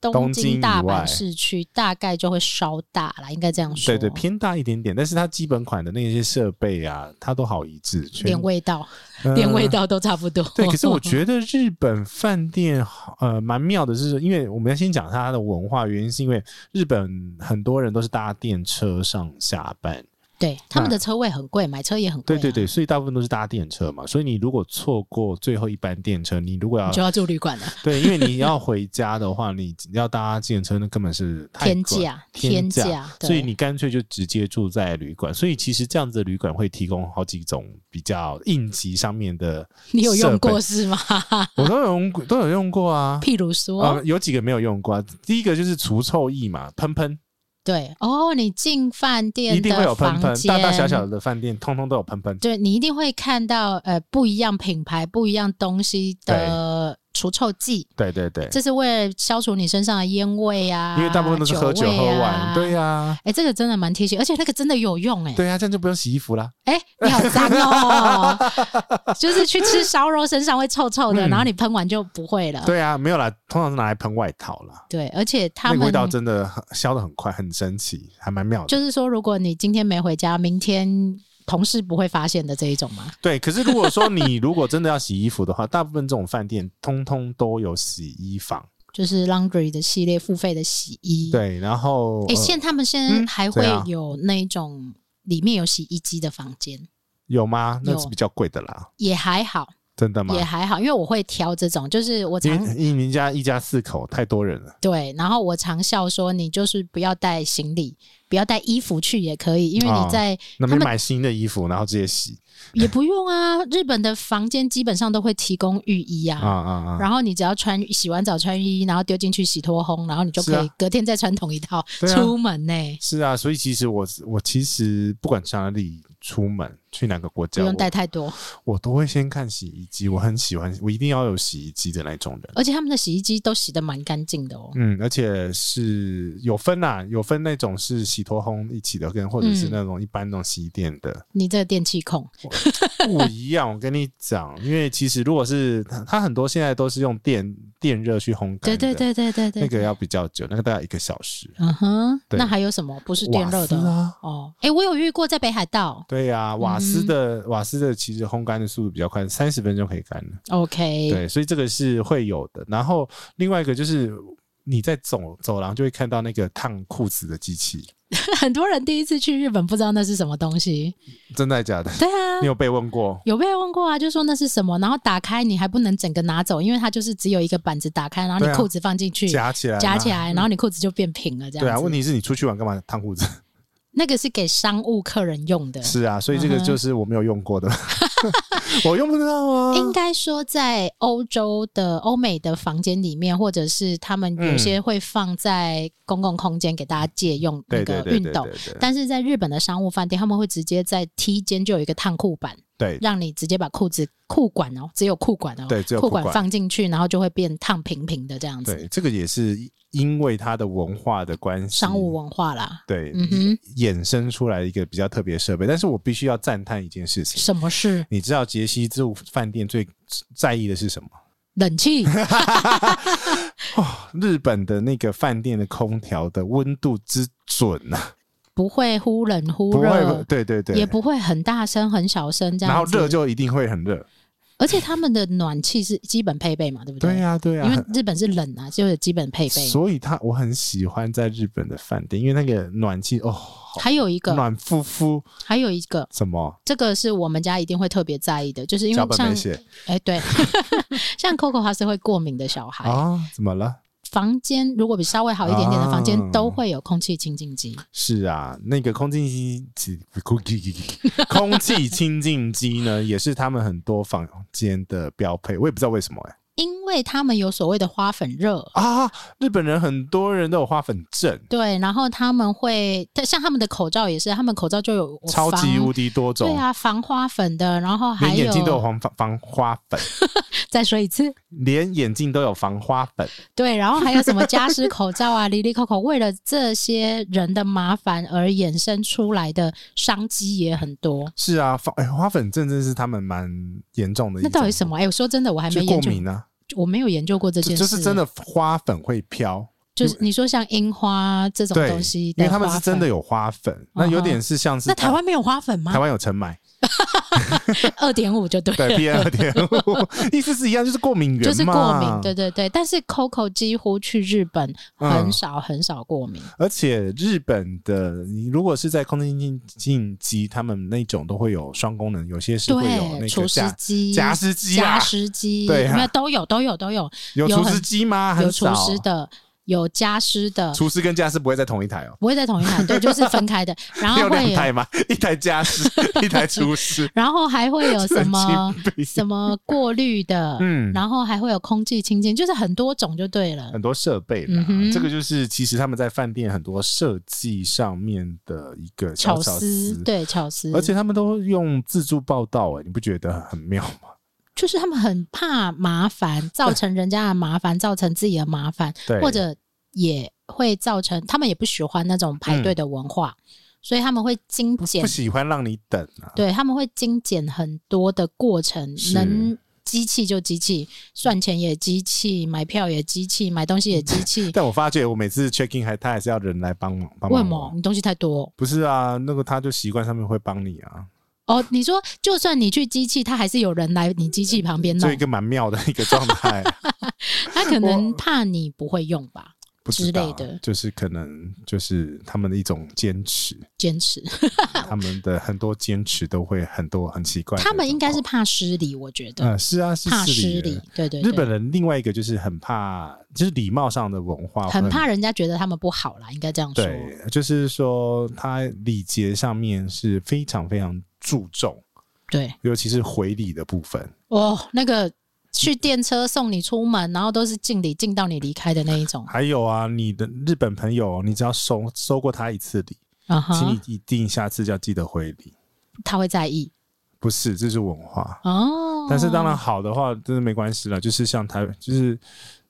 东东京京以大阪外市区，大概就会稍大啦，应该这样说。对对，偏大一点点，但是它基本款的那些设备啊，它都好一致，全连味道，呃连味道都差不多。嗯对，可是我觉得日本饭店好呃蛮妙的是，因为我们要先讲它的文化原因，是因为日本很多人都是搭电车上下班， 对他们的车位很贵，买车也很贵、嗯对啊对，对，所以大部分都是搭电车嘛，所以你如果错过最后一班电车，你如果要你就要住旅馆 了，对，因为你要回家的话，你要搭计程车，那根本是太天贵价，天价价。对所以你干脆就直接住在旅馆。所以其实这样子的旅馆会提供好几种比较应急上面 的，你有用设过备是吗？ 我都有用过都有用过啊。譬如说，啊、有几个没有用过、啊。第一个就是除臭液嘛，喷喷对哦，你进饭店一定会有的喷房喷，间，大大小小的饭店通通都有喷喷。对你一定会看到呃不一样品牌、不一样东西的除臭剂，对对对，这是为了消除你身上的烟味啊，因为大部分都是喝酒味喝完，啊对呀、哎、这个真的蛮贴心，而且那个真的有用哎、对呀、这样就不用洗衣服啦。哎、你好脏 哦！就是去吃烧肉，身上会臭臭的，嗯然后你喷完就不会了。对呀、没有啦，通常是拿来喷外套啦。对，而且他那个们味道真的很消的很快，很神奇，还蛮妙的。就是说，如果你今天没回家，明天同事不会发现的这一种吗？对，可是如果说 你如果真的要洗衣服的话，大部分这种饭店通通都有洗衣房。就是 laundry 的系列付费的洗衣。，对，然后呃哎、嗯现他们现在嗯还怎会样有那种里面有洗衣机的房间，有吗？那有是比较贵的啦。也还好。真的吗也？还好，因为我会挑这种，就是我因常为因为您家一家四口太多人了，对，然后我常笑说，你就是不要带行李，不要带衣服去也可以，因为哦 你在、那他边们买新的衣服，然后直接洗也不用啊。日本的房间基本上都会提供浴衣啊啊，啊啊！然后你只要穿洗完澡穿浴衣，然后丢进去洗脱烘，然后你就是啊可以隔天再穿同一套、 对啊出门呢、是啊，所以其实我我其实不管去哪里出门，去哪个国不家，用我带太多。我都会先看洗衣机，我很喜欢，我一定要有洗衣机的那种人。而且他们的洗衣机都洗得蛮干净的哦。嗯，而且是有分啦、有分那种是洗脱烘一起的，跟或者是嗯那种一般那种洗衣店的、你这个电器控，不一样。我跟你讲，因为其实如果是它，它很多现在都是用电电热去烘干对的，对对对对对，那个要比较久，那个大概一个小时。嗯哼，对那还有什么不是电热的？瓦斯啊哦，嗯诶，我有遇过在北海道对呀、瓦斯的、瓦斯的其实烘干的速度比较快，三十分钟可以干了。 ，OK，对，所以这个是会有的。然后另外一个就是你在走走廊就会看到那个烫裤子的机器， 很多人第一次去日本不知道那是什么东西，真的假的？ 对啊你。有被问过？有被问过啊，就说那是什么，然后打开你还不能整个拿走，因为它就是只有一个板子打开，然后对你啊裤子放进去、夹起来吗，夹起来，然后你裤子就变平了，这样子。对啊，问题是你出去玩干嘛烫裤子？那个是给商务客人用 的，是啊，所以这嗯个就是我没有用过的， 我用不到啊。应该说，在欧洲的欧美的房间里面，或者是他们有嗯些会放在公共空间给大家借用那对对个对熨对斗。对对但是在日本的商务饭店，他们会直接在梯间就有一个烫裤板，对让你直接把裤子裤管哦，只有裤管哦，对只有裤裤管放进去，然后就会变烫平平的这样子。对，这个也是因为它的文化的关系，商务文化啦，对嗯哼，衍生出来一个比较特别的设备。但是我必须要赞叹一件事情，什么是你知道杰西住饭店最在意的是什么？冷气？日本的那个饭店的空调的温度之准啊，不会忽冷不忽会，热，对对对，也不会很大声很小声这样然后子。热就一定会很热，而且他们的暖气是基本配备嘛，对不对对、呀、对呀、因为日本是冷啊，就有基本配备。所以他我很喜欢在日本的饭店，因为那个暖气哦，好还有一个，暖乎乎，还有一个，什么这个是我们家一定会特别在意的，就是因脚为本没像写哎、对， 像 Coco 他是会过敏的小孩，啊？怎么了？房间如果比稍微好一点点的房啊间都会有空气清净机，是啊，那个空气清空气 空气清净机呢，也是他们很多房间的标配，我也不知道为什么哎、因为他们有所谓的花粉热。啊，日本人很多人都有花粉症，对，然后他们会，但像他们的口罩也是，他们口罩就有超级防无敌多种，对啊，防花粉的，然后还连眼镜都有有，防防防花粉，再说一次，连眼镜都有防花粉，对，然后还有什么加湿口罩啊、 里里口口，为了这些人的麻烦而衍生出来的商机也很多。是啊，花、哎花粉症真是他们蛮严重的一那种，到底什么？哎、我说真的，我还就没过研究，敏啊，我没有研究过这就件事。就是真，的花粉会飘，就是你说像樱花这种对东西，因为他们是真的。有花粉，那有点是像是嗯那台湾没有花粉台吗？湾有尘霾，二点五就对了对 PM 二点五，意思是一样，就是过敏源嘛， 就是过敏，对对对。但是 Coco 几乎去日本嗯很少很少过敏，而且日本的，你如果是在空气净净机，他们那种都会有双功能，有些是会有对，那除个湿加机、加湿机啊加，湿机，对啊没有都有都有都有。有有除很湿机吗？有很厨少。师的，有家师的，厨师跟加湿不会在同一台哦，不会在同 一台，对，就是分开的。然你有后会两有，台吗？ 一台加 湿，一台厨师。然后还 会有什么神经病什么过滤的，嗯，然后还会有空气清净，就是很多种就对了。很多设备啦嗯，哼这个就是其实他们在饭店很多设计上面的一个小巧巧思，对巧思，而且他们都用自助报道，哎，你不觉得很妙吗？就是他们很怕麻烦，造成人家的麻烦，造成自己的麻烦，对，或者也会造成他们也不喜欢那种排队的文化，所以他们会精简嗯不喜欢让你等啊，对，他们会精简很多的过程是，。能机器就机器，算钱也机器，买票也机器，买东西也机器但我发觉我每次 check in 还他还是要人来帮忙，帮为什忙么我。你东西太多？不是啊，那个他就习惯上面会帮你啊，哦，你说就算你去机器，他还是有人来你机器旁边这弄 一，个蛮妙的一个状态。他可能怕你不会用吧？不知之道啊类的就是可能就是他们的一种坚 持，坚持。他们的很多坚持都会很多很奇怪的状他况。们应该是怕失礼，我觉得、呃是啊是怕失失礼礼。。对对对，日本人另外一个就是很怕，就是礼貌上的文化很怕人家觉得他们不好啦，应该这样说。对，就是说他礼节上面是非常非常注重，对，尤其是回礼的部分。哦，那个去嗯电车送你出门，然后都是敬礼敬到你离开的那一种。还有啊，你的日本朋友，你只要收收过他一次礼，啊请哈你，一定下次要记得回礼。他会在意不是，这是文化。哦。但是当然好的话，真的没关系了。就是像台，就是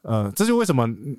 呃，这就为什么嗯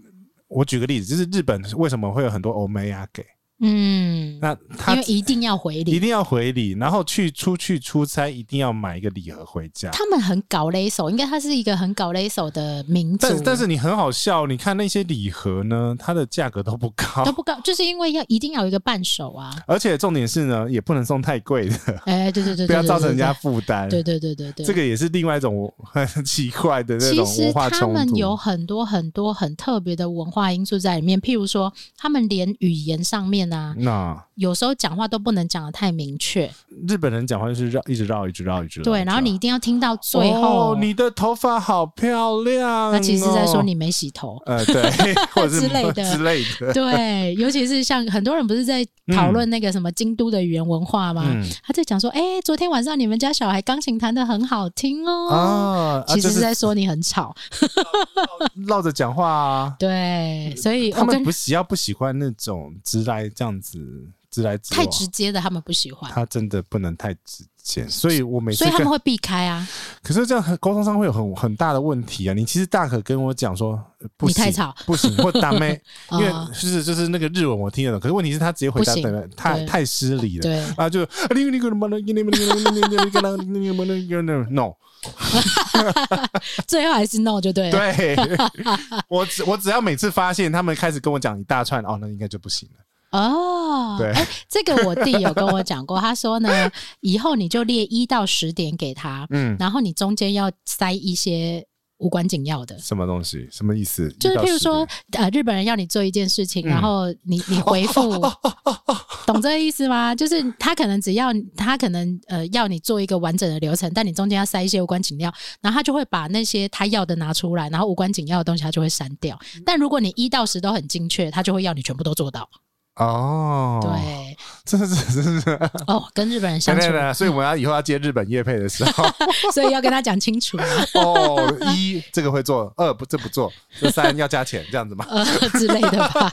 我举个例子，就是日本为什么会有很多欧美亚给，嗯，那因他为一定要回一礼，定要回礼，然后去出去出差一定要买一个礼盒回家。他们很搞勒手，应该他是一个很搞勒手的民族。但是但是你很好笑，你看那些礼盒呢，它的价格都不高都，不高，就是因为要一定要有一个伴手啊。 而且重点是呢，也不能送太贵的，哎，对对对，对不要造成人家。负担。对对对对对对对，这个也是另外一种 很奇怪的那其种实文化他冲们突。有很多很多很特别的文化因素在里面，譬如说，他们连语言上面啊，那有时候讲话都不能讲的太明确，日本人讲话就是绕，一直绕，一直绕，一直绕。对，然后一直你绕一定要听到最啊后，哦你的头发好漂亮哦、。那其实在说你没洗头呃，对， 或者是之类的之类的。对，尤其是像很多人不是在讨论那个什么京都的语言文化吗？嗯他在讲说，哎、昨天晚上你们家小孩钢琴弹的很好听哦，啊，啊其实就是是在说你很吵。绕着讲话啊。对，所以他我们跟不喜要不喜欢那种直来这样子直来直太往，直接的他们不喜欢，哦他真的不能太直接，所以我每次所以他跟们会避开啊。可是这样很沟通上会有很很大的问题啊！你其实大可跟我讲说，呃不你行，太吵，不行，或大妹，因为啊就是就是那个日文我听得懂，可是问题是他直接回答不行对太对太失礼了。对，啊，就你你个么 no，最后还是 no 就对了。对我只我只要每次发现他们开始跟我讲一大串，哦，那应该就不行了。哦，对哎，这个我弟有跟我讲过，他说呢， 以后你就列一到十点给他，嗯，然后你中间要塞一些无关紧要的，什么东西？什么意思？就是一到譬如十点说，呃，日本人要你做一件事情，嗯然后 你你回复，懂这个意思吗？就是他可能只要他可能呃要你做一个完整的流程，但你中间要塞一些无关紧要，然后他就会把那些他要的拿出来，然后无关紧要的东西他就会删掉。嗯但如果你一到十都很精确，他就会要你全部都做到。哦，，对，这是这是这是，哦，跟日本人相对处对，对，所以我们要以后要接日本业配的时 候，所以要跟他讲清 楚啊、哦，一这个会做，二不这不做，这三要加钱，这样子嘛。呃之类的吧。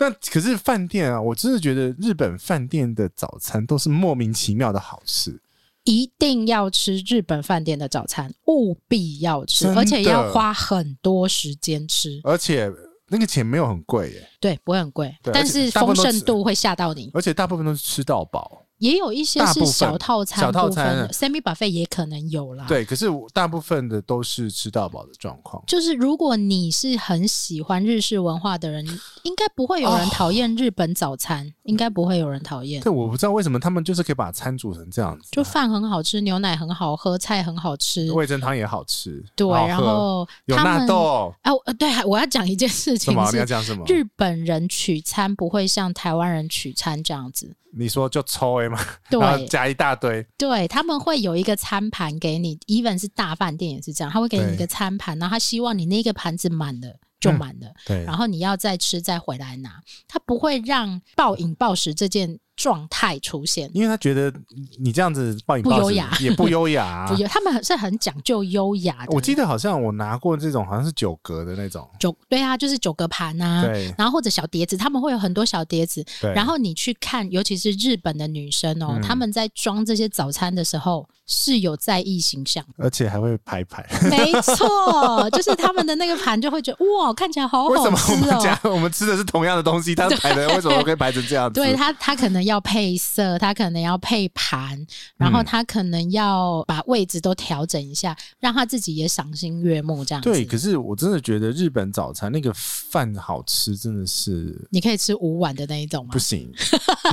那可是饭店啊，我真的觉得日本饭店的早餐都是莫名其妙的好吃，一定要吃日本饭店的早餐，务必要吃，真的而且要花很多时间吃。而且那个钱没有很贵耶，对，不会很贵，对但而且是大部丰分都盛吃度会吓到你。而且大部分都是吃到饱。也有一些大部是分小套餐小套部分餐的，semi buffet 也可能有啦。，对，可是我大部分的都是吃到饱的状况。就是如果你是很喜欢日式文化的人，应该不会有人讨厌日本早餐，应该不会有人讨厌。对，我不知道为什么他们就是可以把餐煮成这样子，就饭很好吃，牛奶很好喝，菜很好吃，味噌汤也好吃，对，好喝然后啊有他纳们豆，啊，我呃对，我要讲一件事什情么？你要是，讲什么？日本人取餐不会像台湾人取餐这样子，你说就抽 A 嘛，然后对加一大堆，对，他们会有一个餐盘给你，even 是大饭店也是这样，他会给你一个对餐盘，然后他希望你那个盘子满了就嗯满了，对然后你要再吃再回来拿，他不会让暴饮暴食这件状态出现。因为他觉得你这样子暴饮不暴食优雅也不优雅啊、 不有，他们是很讲究优雅的。我记得好像我拿过这种，好像是九格的那种，九对啊，就是九格盘啊，对然后或者小碟子，他们会有很多小碟子，对。然后你去看，尤其是日本的女生哦，嗯她们在装这些早餐的时候是有在意形 ，象而且还会排排。没错，就是她们的那个盘就会觉得哇，看起来好 为什好么我吃们哦家。我们吃的是同样的东 西，它排的为什么可以排成这样子？对她，她可能要配色，她可能要配盘，然后嗯她可能要把位置都调整一下，让她自己也赏心悦目这样子。对，可是我真的觉得日本早餐那个饭好吃，真的是 你可以吃五碗的那一种吗不？行，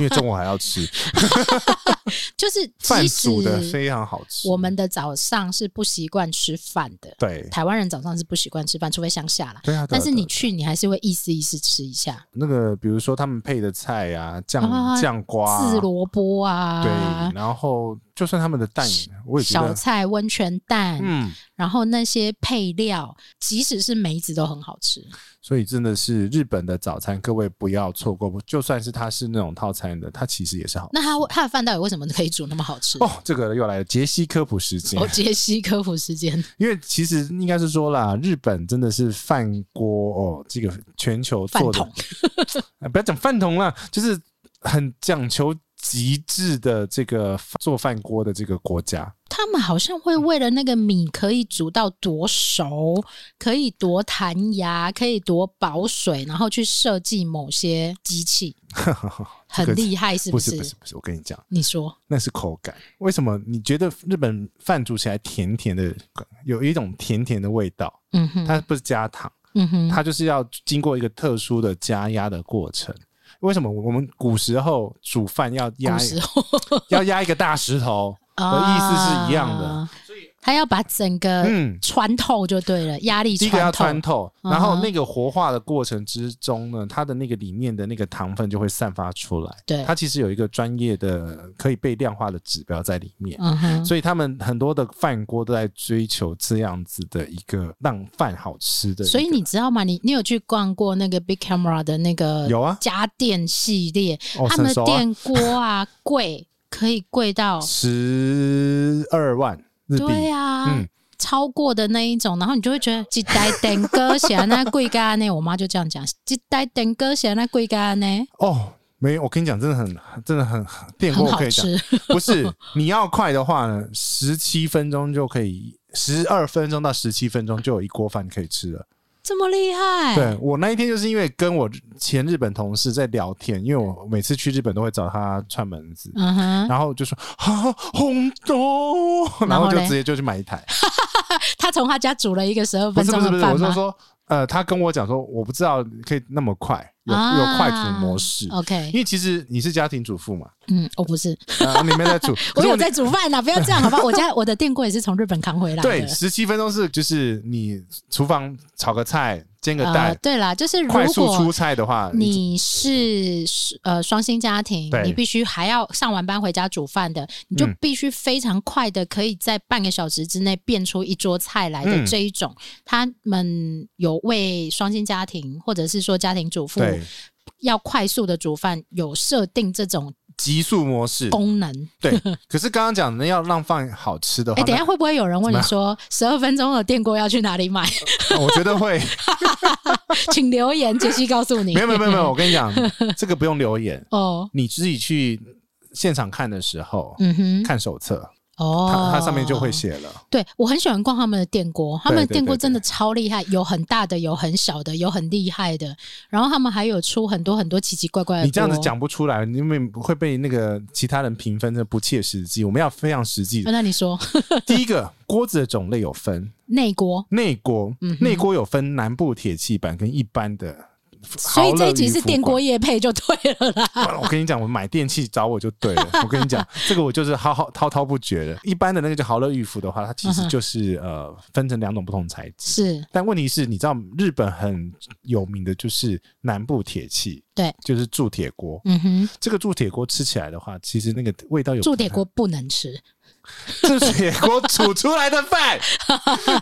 因为中午还要吃。就是饭即煮的使非常好吃。我们的早上是不习惯吃饭的，对啊台湾人早上是不习惯吃饭，除非乡下啦。对啊，对啊但是你对啊去，你还是会意思意思吃一下，那个，比如说他们配的菜啊，啊酱酱瓜啊、刺萝卜啊，对，然后就算他们的蛋，我也觉小得，菜、温泉蛋，嗯，然后那些配料，即使是梅子都很好吃。所以真的是日本的早餐，各位不要错过。就算是它是那种套餐的，它其实也是好。那它它的饭到底为什么可以煮那么好吃？哦，这个又来了，杰西科普时间哦，。杰西科普时间，因为其实应该是说啦，日本真的是饭锅哦，这个全球做的 饭，呃不要讲饭桶啦，就是很讲求极致的这个做饭锅的这个国家。他们好像会为了那个米可以煮到多熟，可以多弹牙，可以多保水，然后去设计某些机器， 这个很厉害，是不是？不是不是，我跟你讲，你说那是口感。为什么你觉得日本饭煮起来甜甜的，有一种甜甜的味道？嗯哼，它不是加糖，嗯哼，它就是要经过一个特殊的加压的过程。为什么我们古时候煮饭要压古时候要压一个大石 头？意思是一样的啊他要把整个嗯，穿透就对了，压力第一个要穿透，穿透，嗯哼然后那个活化的过程之中呢，它的那个里面的那个糖分就会散发出来。对它其实有一个专业的可以被量化的指标在里面。嗯哼，所以他们很多的饭锅都在追求这样子的一个让饭好吃的一个。所以你知道吗？你你有去逛过那个 Big Camera 的那个有啊家电系列，哦，他成们熟的啊，电锅啊贵，可以贵到十二万日币，对啊。嗯超过的那一种，然后你就会觉得几代等哥嫌那贵干呢？我 妈就这样讲，几代等哥嫌那贵干呢？哦，没有，我跟你讲，真的很，真的很电锅很我好可以讲，吃，不是你要快的话呢，十七分钟就可以，十二分钟到十七分钟就有一锅饭可以吃了。这么厉害，对我那一天就是因为跟我前日本同事在聊天，因为我每次去日本都会找他串门子，嗯哼，然后就说啊红豆，然后就嘞直接就去买一台。他从他家煮了一个十二不分是不钟是不的是，饭我是吗说，呃，他跟我讲说，我不知道可以那么快，有、啊有快煮模式。 o k 因为其实你是家庭主妇嘛，嗯，我不是，啊、你没在 煮，可我是有你在煮饭啊呢，不要这样，好吧？我家我的电锅也是从日本扛回来的，对十七分钟是就是你厨房炒个菜、煎个呃蛋，，对啦，就是如快速出果菜的话，你是呃双薪家庭，对你必须还要上完班回家煮饭的，你就嗯必须非常快的可以在半个小时之内变出一桌菜来的嗯这一种，他们有为双薪家庭或者是说家庭主妇对要快速的煮饭有设定这种急速模式。功能。对，可是刚刚讲的要让饭好吃的话，哎、等一下会不会有人问你说十二分钟的电锅要去哪里买？那哦我觉得 会 请留言，杰西告诉你。没有没有没有没有，我跟你讲，这个不用留言，哦，你自己去现场看的时候，嗯哼，看手册，哦，它它上面就会写了。对我很喜欢逛他们的电锅，他们的对对电锅对真的超厉害，有很大的，有很小的，有很厉害的。然后他们还有出很多很多奇奇怪怪的。你这样子、讲不出来，因为会被那个其他人评分的不切实际。我们要非常实际啊。 那 你说第一个锅子的种类有分内锅，内锅嗯，哼内锅有分南部铁器板跟一般的。所以这一集是电锅业。业配就对了 啦。我跟你讲，我买电器找我就对 了。我跟你讲，这个我就是浩浩滔滔不绝的。一般的那个就好乐裕福的话，它其嗯实哼就是呃分成两种不同材质。是但问题是，你知道日本很有名的就是南部铁器，对，就是铸铁锅。嗯哼，这个铸铁锅吃起来的话，其实那个味道有铸铁锅不能吃，铸铁锅煮出来的 饭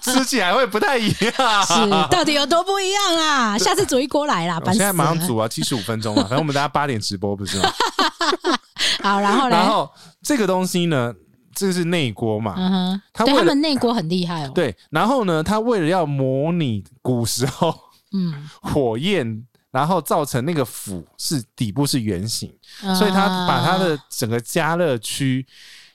吃起来会不太一样。 是到底有多不一样啊？下次煮一锅来啦，我现烦死在马上了。煮啊，七十五分钟啊，反正我们大家八点直播不是吗？好，然后嘞，然后这个东西呢，这是内锅嘛，嗯哼，他对为他了们内锅很厉害哦。，对，然后呢，他为了要模拟古时候嗯，火焰，然后造成那个釜是底部是圆形，所以他把他啊的整个加热区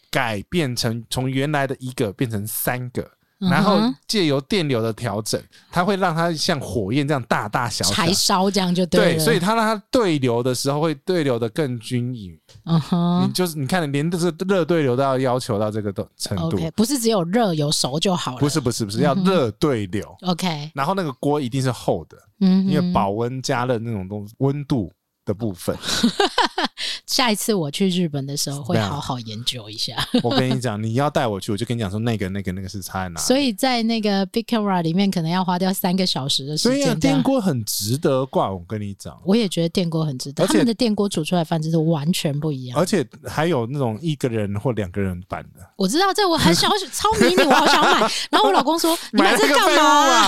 改变成从原来的一个变成三个。然后嗯哼借由电流的调整，它会让它像火焰这样大大小小柴，烧这样就对，了。所以它让它对流的时候会对流的更均匀。嗯哼，你就是你看，连这个热对流都要要求到这个的程度， OK，不是嗯只有热有熟就好了。不是不是不是要热对流， OK，然后那个锅一定是厚的，嗯哼， 因为保温加热那种东西温度的部分，下一次我去日本的时候会怎么样啊好好研究一下。我跟你讲，你要带我去，我就跟你讲说那个那个那个是差在哪里。所以在那个 Big Camera 里面，可能要花掉三个小时的时所以啊，间。这样电锅很值得挂，我跟你讲。我也觉得电锅很值得，而且他们的电锅煮出来的饭真是完全不一样。而且还有那种一个人或两个人版的，我知道这我很想要去超迷你，我好想买。然后我老 公说：“你买这干嘛、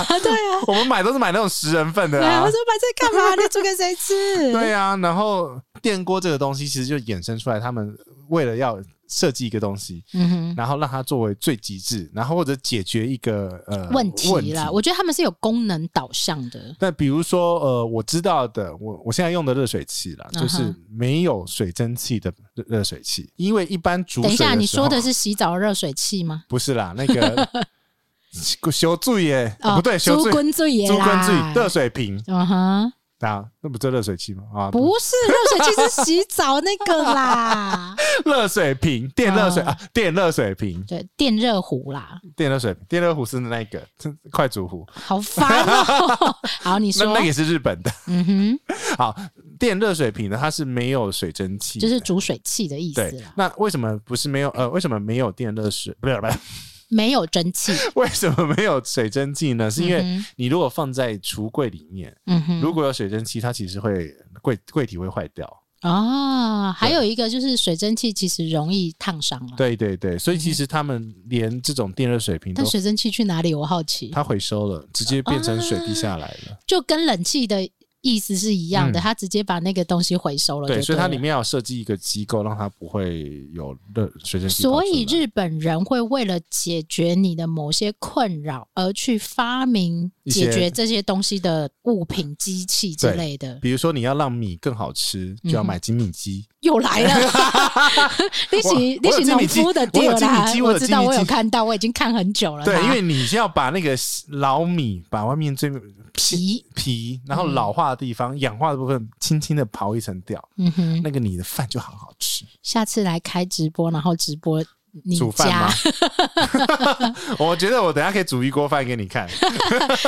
买那个废对啊， 我们买都是买那种十人份的对啊。啊我。说：“买这干嘛？你煮给谁吃？”对啊，然后电锅这个东西其实就衍生出来，他们为了要设计一个东西，嗯哼。然后让它作为最极致，然后或者解决一个呃问题啦，我觉得他们是有功能导向的，那比如说，呃，我知道的，我我现在用的热水器啦，嗯哼就是没有水蒸气的热热水器，因为一般煮等水的一时候下，你说的是洗澡热水器吗？不是啦？那个 修醉耶，哦，啊不对，修猪醉滚醉也猪啦，跟醉热水瓶嗯哼，啊，那不就热水器吗？啊，不是热水器是洗澡那个啦， 热水瓶，电热水、啊啊，电热水瓶，对，电热壶啦，电热水瓶，电热壶是那个是快煮壶，好烦哦。 好，你那说那个，也是日本的。嗯哼， 好，电热水瓶呢，它是没有水蒸气的，就是煮水器的意思对啦，，那为什么不是没有？呃，为什么没有电热水？ 不是不是，没有蒸汽，为什么没有水蒸气呢？是因为嗯哼你如果放在橱柜里面，嗯哼，如果有水蒸气，它其实会柜柜体会坏掉。哦，还有一个就是水蒸气其实容易烫伤了。对对对，所以其实他们连这种电热水瓶都但水蒸气去哪里？我好奇。它回收了，直接变成水滴下来了。就跟冷气的意思是一样的，嗯它直接把那个东西回收了就对，对，所以它里。面要设计一个机构，让它不会有热水蒸气跑出所来。以日本人会为了解决你的某些困扰而去发明一些解决这些东西的物品、机器之类的，比如说你要让米更好吃，就要买精米鸡。又来了。 你我起你我有起精农米机夫的我有店精米啦机，我我有知精道，米我有机看到，我已经看很久了啦。对，因为你要把那个老米，把外面最皮，皮，然后老化的地方、氧化的部分，轻轻的刨一层掉，嗯哼，那个你的饭就好好吃。下次来开直播，然后直播你煮饭家 吗，？ 我觉得我等一下可以煮一锅饭给你看。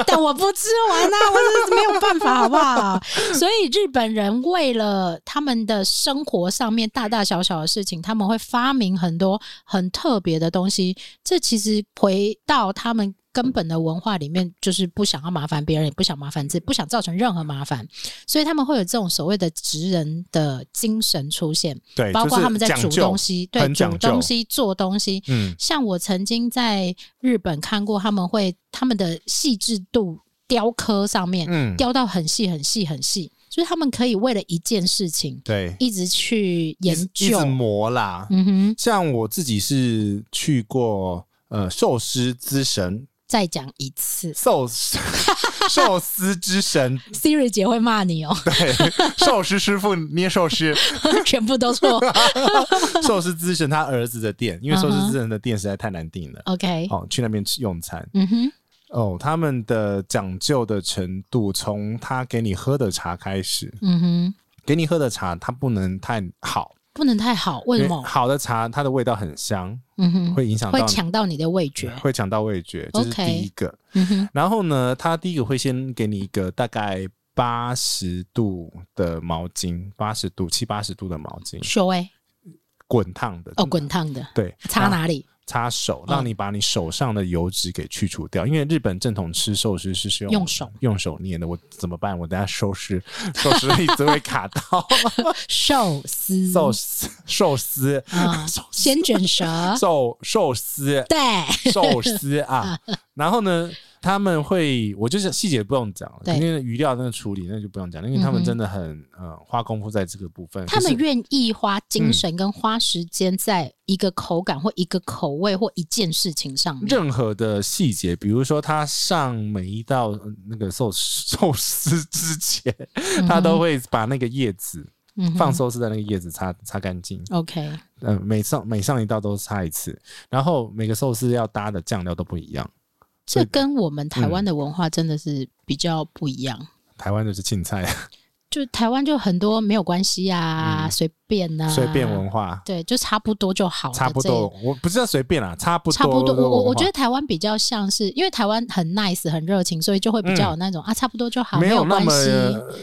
但我不吃完啊，我真的是没有办法，好不好？所以日本人为了他们的生活上面大大小小的事情，他们会发明很多很特别的东西。这其实回到他们根本的文化里面，就是不想要麻烦别人，也不想麻烦自己，不想造成任何麻烦，所以他们会有这种所谓的职人的精神出现，对，包括哎就是他们在讲煮究东。西，对，很讲煮究东西、做东西，嗯，像我曾经在日本看过，他们会他们的细致度雕刻上面，嗯雕到很细很细很细，就是他们可以为了一件事情对，一直去一研直究。磨啦。嗯哼，像我自己是去过呃寿司之神，再讲一次寿司 寿司之 神， ，Siri 姐会骂你哦， 对，寿司师傅捏寿司，全部都 错。寿司之神他儿子的店，因为寿司之神的店实在太难订了。嗯 OK，哦，去那边吃用餐嗯哼，哦，他们的讲究的程度，从他给你喝的茶开始，嗯哼，给你喝的茶它不能太好，不能太好，为什因为么？好的茶它的味道很香，嗯哼，会影响会到抢到你的味觉。会抢到味觉，这是 OK 第一个。嗯哼，然后呢，它第一个会先给你一个大概八十度的毛巾，八十度七八十度的毛巾，修哎，滚烫的哦，滚烫的，对，擦然后哪哦里？擦手，让你把你手上的油脂给去除掉。因为日本正统吃寿司是是用用手用手捏的，我怎么办？我等下收拾 收拾了一直会卡 到寿司寿司寿司啊，先卷 舌，寿寿司 对，寿司啊。然后呢，他们会，我就是细节不用讲了，对肯定鱼料那个处理那就不用讲，因为他们真的很呃花功夫在这个部分。他们可是愿意花精神跟花时间在一个口感或一个口味或一件事情上面。任何的细节，比如说他上每一道呃那个寿司寿司之前，他都会把那个叶子嗯哼放寿司的那个叶子擦擦干净， OK，呃，每上每上一道都擦一次，然后每个寿司要搭的酱料都不一样。这跟我们台湾的文化真的是比较不一样。 台湾就是青菜，就台湾就很多没有关系啊，随、便呐、嗯随便文化，对，就差不多就好了。差不哦这多，我不知道随便啦，差不多，差不多，我我我觉得。得台湾比较像是，因为台湾很 nice 很热情，所以就会比较有那种、啊，差不多就好，没嗯有那关么系。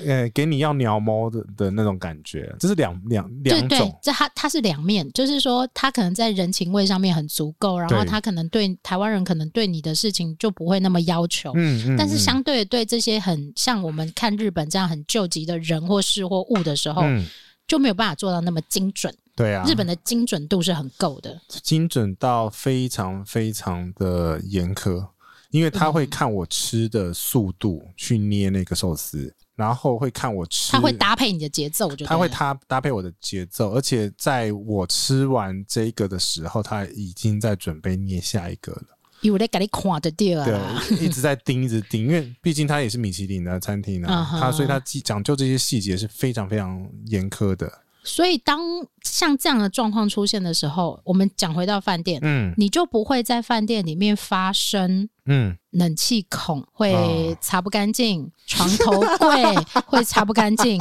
呃，给你要鸟毛的的那种感觉，这是两两对哦两对种，，这他他是两面，就是说他可能在人情味上面很足够，然后对他可能对台湾人可能对你的事情就不会那么要求，嗯嗯，但是嗯相对对这些很像我们看日本这样很救急的人或事或物的时候，嗯，就没有办法做到那么精准。对啊，日本的精准度是很够的，精准到非常非常的严苛，因为他会嗯看我吃的速度去捏那个寿司，然后会看我吃，它会搭配你的节奏，就他会对了搭搭配我的节奏，而且在我吃完这个的时候，他已经在准备捏下一个了。有在给你看的掉啊。对，一直在盯，一直盯，因为毕竟它也是米其林的餐厅嗯啊，哼它所以它记讲究这些细节是非常非常严苛的。所以当像这样的状况出现的时候，我们讲回到饭店，嗯你就不会在饭店里面发生嗯，冷气孔会哦擦不 干净、床头柜会擦不干净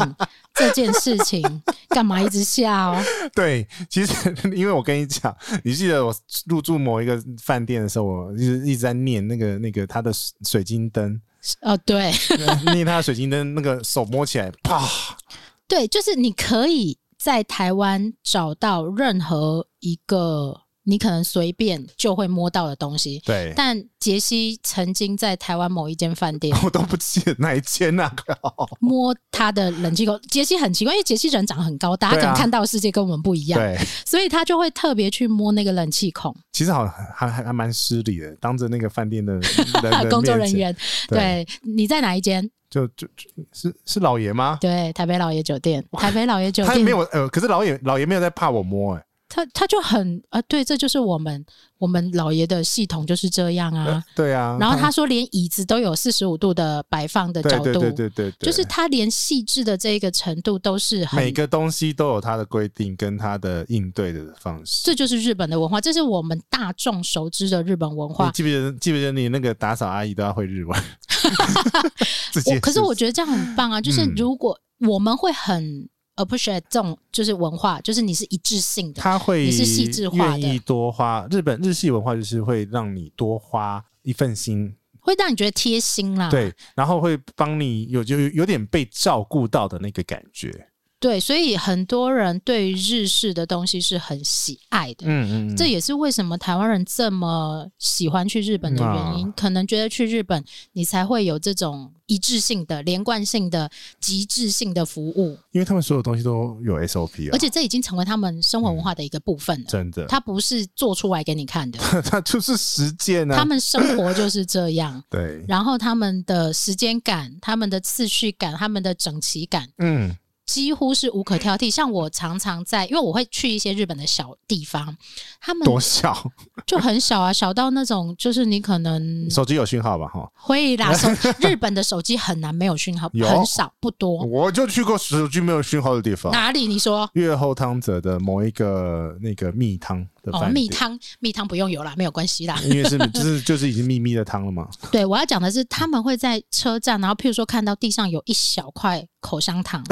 这件事 情，干嘛一直笑？对，其实 因为我跟你讲，你记得我入住某一个饭店的时候，我一直一直在念那个那个它的水晶灯， 哦，对念它的水晶灯，那个手摸起来，啪，对，就是你可以在台湾找到任何一个你可能随便就会摸到的东西，对。但杰西曾经在台湾某一间饭 店我都不记得哪一间那个，摸他的冷气口，杰西很奇怪，因为杰西人长得很高大，他对可啊能看到的世界跟我们不一样，对，所以他就会特别去摸那个冷气孔。其实好像还还还蛮失礼的，当着那个饭店的 人的工作人面前，员，对，你在哪一间？就就就是是老爷吗？对，台北老爷酒店，台北老爷酒他也没店，有呃，可是老爷老爷没有在怕我摸哎、他他就很啊，对，这就是我们我们老爷的系统就是这样啊。对啊，然后他说，连椅子都有四十五度的摆放的对角对对度，对对对，就是他连细致的这个程度都是每很。个东西都有它的规定跟它的应对的方式。这就是日本的文化，这是我们大众熟知的日本文你化。记不记得记不记得你那个打扫阿姨都要会日 文？这件我可是事我觉得这样很棒啊！就是嗯如果我们会很 appreciate 这种就是文化，就是你是一致性的，他会你是细致化的愿意多花日本日系文化就是会让你多花一份心，会让你觉得贴心啦。对，然后会帮你有就有点被照顾到的那个感觉。对，所以很多人对于日式的东西是很喜爱的。嗯嗯，嗯这也是为什么台湾人这么喜欢去日本的原因，嗯可能觉得去日本你才会有这种一致性的、连贯性的、极致性的服务，因为他们所有东西都有 SOP 啊，嗯而且这已经成为他们生活文化的一个部分了。真的，它不是做出来给你 看的，他他就是实践他啊，们生活就是这样。对，然后他们的时间感、他们的次序感、他们的整齐感，嗯。几乎是无可挑剔。像我常常在，因为我会去一些日本的小地方，他们多小？就很小啊，小到那种就是你可能手机有讯号吧？哈，会 啦，手日本的手机很难没有讯号，有很少不多。我就去过手机没有讯号的地方，哪里？你说月后汤泽的某一个那个蜜汤的哦，饭蜜店，汤蜜汤不用有啦，没有关系啦。因为是就是就是已经秘密的汤了嘛。对，我要讲的是，他们会在车站，然后譬如说看到地上有一小块口香 糖。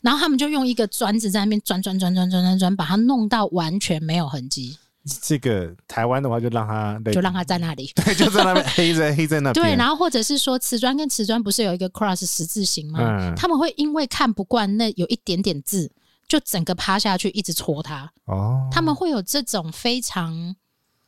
然后他们就用一个砖子在那边转转转转转转转，把它弄到完全没有痕迹，这个台湾的话就让它就让它在那里。对， 就在那边黑在黑在那边。对，然后或者是说瓷砖跟瓷砖不是有一个 cross 十字形吗？嗯他们会因为看不惯那有一点点字，就整个趴下去一直戳它。哦，他们会有这种非常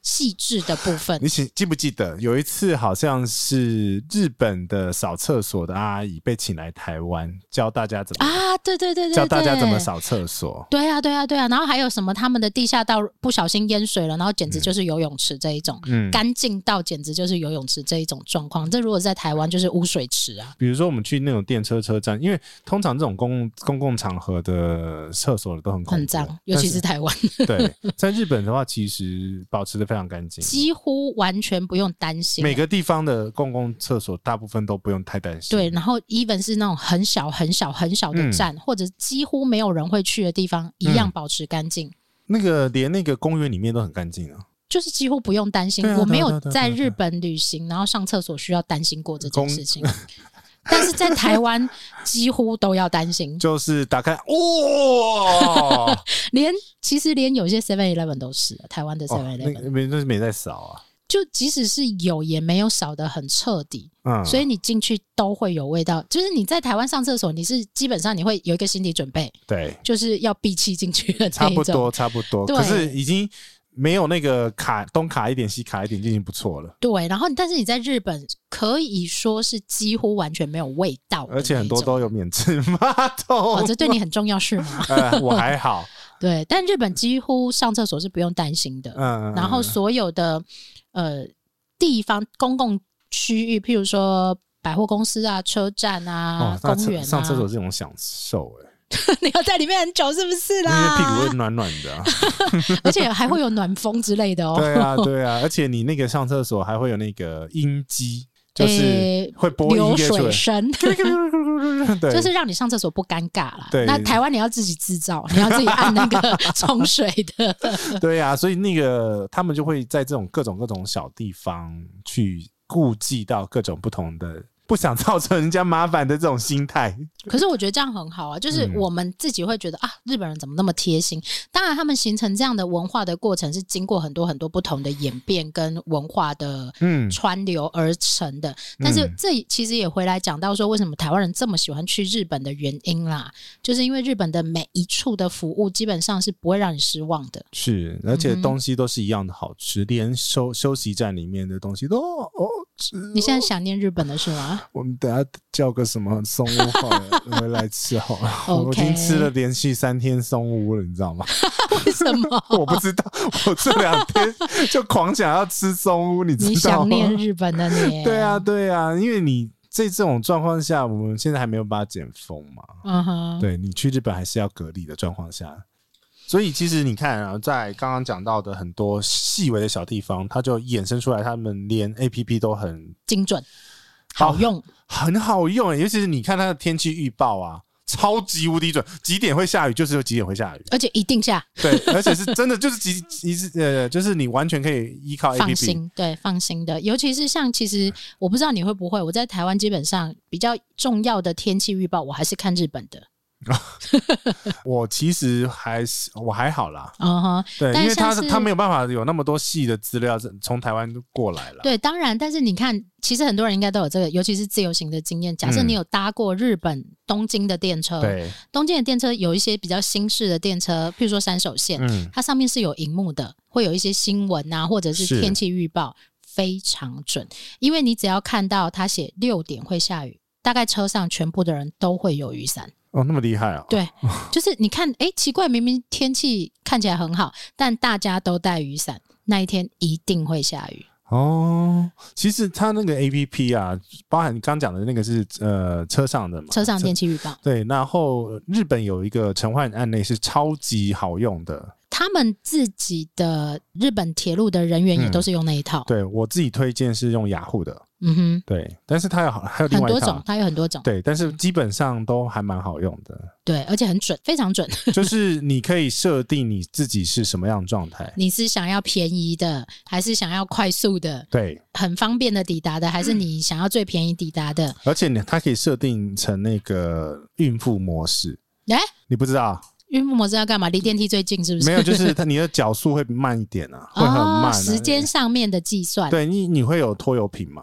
细致的部分你，记记不记得有一次好像是日本的扫厕所的阿姨被请来台湾，教大家怎么、啊，对对对对对，教大家怎么。扫厕所。对啊，对啊，对啊，然后还有什么？他们的地下道不小心淹水了，然后简直就是游泳池这一种，嗯，干净到简直就是游泳池这一种状况。这如果在台湾就是污水池啊，比如说我们去那种电车车站，因为通常这种公共公共场合的厕所都很恐怖很脏，尤其是台湾，但是对，在日本的话，其实保持的非常干净，几乎完全不用担心。每个地方的公共厕所大部分都不用太担心。对，，然后 even 是那种很小、很小、很小的嗯站，或者几乎没有人会去的地方，一样保持干净，那个连那个公园里面都很干净啊，就是几乎不用担心。对啊我没对有啊对啊对啊在对啊日本旅行，然后上厕所需要担心过这件公事情。但是在台湾几乎都要担心，就是打开，哇， 连其实连有些 Seven Eleven 都是啊台湾的 Seven 哦那 Eleven，、那边那是没在扫啊就即使是有，也没有少的很彻底，啊，嗯，所以你进去都会有味道。就是你在台湾上厕所，你是基本上你会有一个心理准备，对，就是要闭气进去的差那一不种。多差不多，对可是已经没有那个卡东卡一点西卡一点就已经不错了，对，然后但是你在日本可以说是几乎完全没有味道的那而一种，且很多都有免治马哦，桶这，对你很重要是吗？ 呃，我还好，对，但日本几乎上厕所是不用担心的，嗯，然后所有的呃地方公共区域，譬如说百货公司啊、车站啊哦、，上公厕园啊，上厕所这种享受，哎， 你要在里面很久是不是因为屁股啦会？暖暖 的啊，而且还会有暖风之类的哦。 对啊对啊，而且你那个上厕所还会有那个音 机，就是诶会播音流乐出水来。声， 对，就是让你上厕所不尴尬啦。对那台湾你要自己制造， 你要自己按那 个冲水的。对呀、所以那个他们就会在这种各种各种小地方去顾忌到各种不同的，不想造成人家麻烦的这种心态。可是我觉得这样很好啊，就是嗯我们自己会觉得、啊，日本人怎么那么贴心？当然，他们形成这样的文化的过程是经过很多很多不同的演变跟文化的嗯川流而成的。但是嗯这其实也回来讲到说，为什么台湾人这么喜欢去日本的原因啦，就是因为日本的每一处的服务基本上是不会让你失望的。是，而且嗯哼东西都是一样的好吃，连休休息站里面的东西都哦哦吃。你现在想念日本了是 吗？我们等下叫个什么松屋好了回来吃好了。 我已 OK 经吃了连续三天松屋了，你知道吗？ 为什么？我不知道，我这两天就狂想要吃松屋，你知道吗？你想念日本的 你？对啊，，对啊，因为你在这种状况下，我们现在还没有把它解封嘛，嗯哼，对你去日本还是要隔离的状况下，所以其实你看啊，在刚刚讲到的很多细微的小地方，它就衍生出来，他们连 A P P 都很精准，好用。很好用、欸尤其是你看它的天气预报啊。超级无敌准，几点会下雨就是有几点会下 雨，而且一定下，对，而且是真的就是几几呃，就是你完全可以依靠 A 放 P P，心，对，放心的。尤其是像，其实我不知道你会不会，我在台湾基本上比较重要的天气预报，我还是看日本的。我其实还是我还好啦，嗯哼，对，但因为像他是他没有办法有那么多细的资料是从台湾过来了。对，当然，但是你看，其实很多人应该都有这个，尤其是自由行的经验。假设嗯你有搭过日本东京的电车，对，东京的电车有一些比较新式的电车，譬如说山手线，嗯，它上面是有荧幕的，会有一些新闻啊，或者是是天气预报，非常准。因为你只要看到它写六点会下雨，大概车上全部的人都会有雨伞。哦，那么厉害啊！对，就是你看，哎、奇怪，明明天气看起来很好，但大家都带雨伞，那一天一定会下雨。哦，其实他那个 A P P 啊，包含你刚讲的那个是呃车上的嘛，车上天气预报，对，然后日本有一个陈焕案例是超级好用的，他们自己的日本铁路的人员也都是用那一套。嗯对我自己推荐是用雅虎的，嗯对，但是它有好还有哼，另很外一多套啊种，，它有很多种，对，但是基本上都还蛮好用的，对，而且很准，非常准。就是你可以设定你自己是什么样的状态，你是想要便宜的，还是想要快速的？对，很方便的抵达的，还是嗯你想要最便宜抵达的？而且你它可以设定成那个孕妇模式，哎、你不知道？孕妇模式要干嘛？离电梯最近是不是？没有，就是它你的脚速会慢一点啊，会很慢、哦，时间。上面的计算，对你，你会有拖油瓶嘛？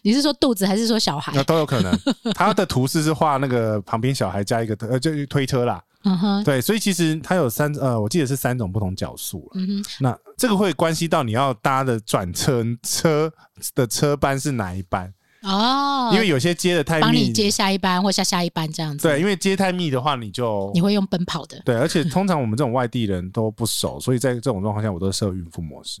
你是说肚子还是说小孩那？都有 可能。它的图示是画那个旁边小孩加一个呃，就是推车啦。嗯哼，对，所以其实它有三呃，我记得是三种不同角速了。嗯哼，那这个会关系到你要搭的转车车的车班是哪一班，哦，因为有些接的太帮密你，接下一班或下下一班这样子，对，，因为接太密的话，你就你会用奔跑 的。对，而且通常我们这种外地人都不熟，所以在这种状况下，我都设孕妇模 式。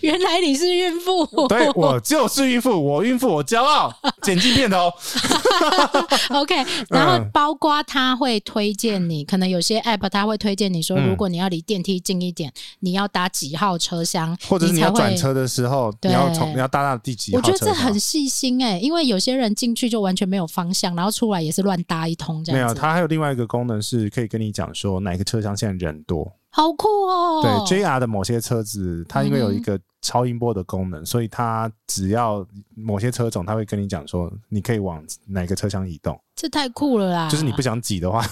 原来你是孕 妇，对我就是孕妇，我孕妇，我骄 傲。剪辑片头， OK，然嗯后包括他会推荐你，可能有些 App 他会推荐你说，嗯如果你要离电梯近一点，你要搭几号车厢，或者是你要才会转车的时候，你要从对你要搭到第几我号觉车得厢？这很细心哎、因为有些人进去就完全没有方向，然后出来也是乱搭一通这没样有，子，它还有另外一个功能是可以跟你讲说哪个车厢现在人多。好酷哦、嗯对，JR 的某些车子，它因为有一个超音波的功能，所以它只要某些车种，它会跟你讲说，你可以往哪个车厢移动。这太酷了啦！就是你不，想挤的话，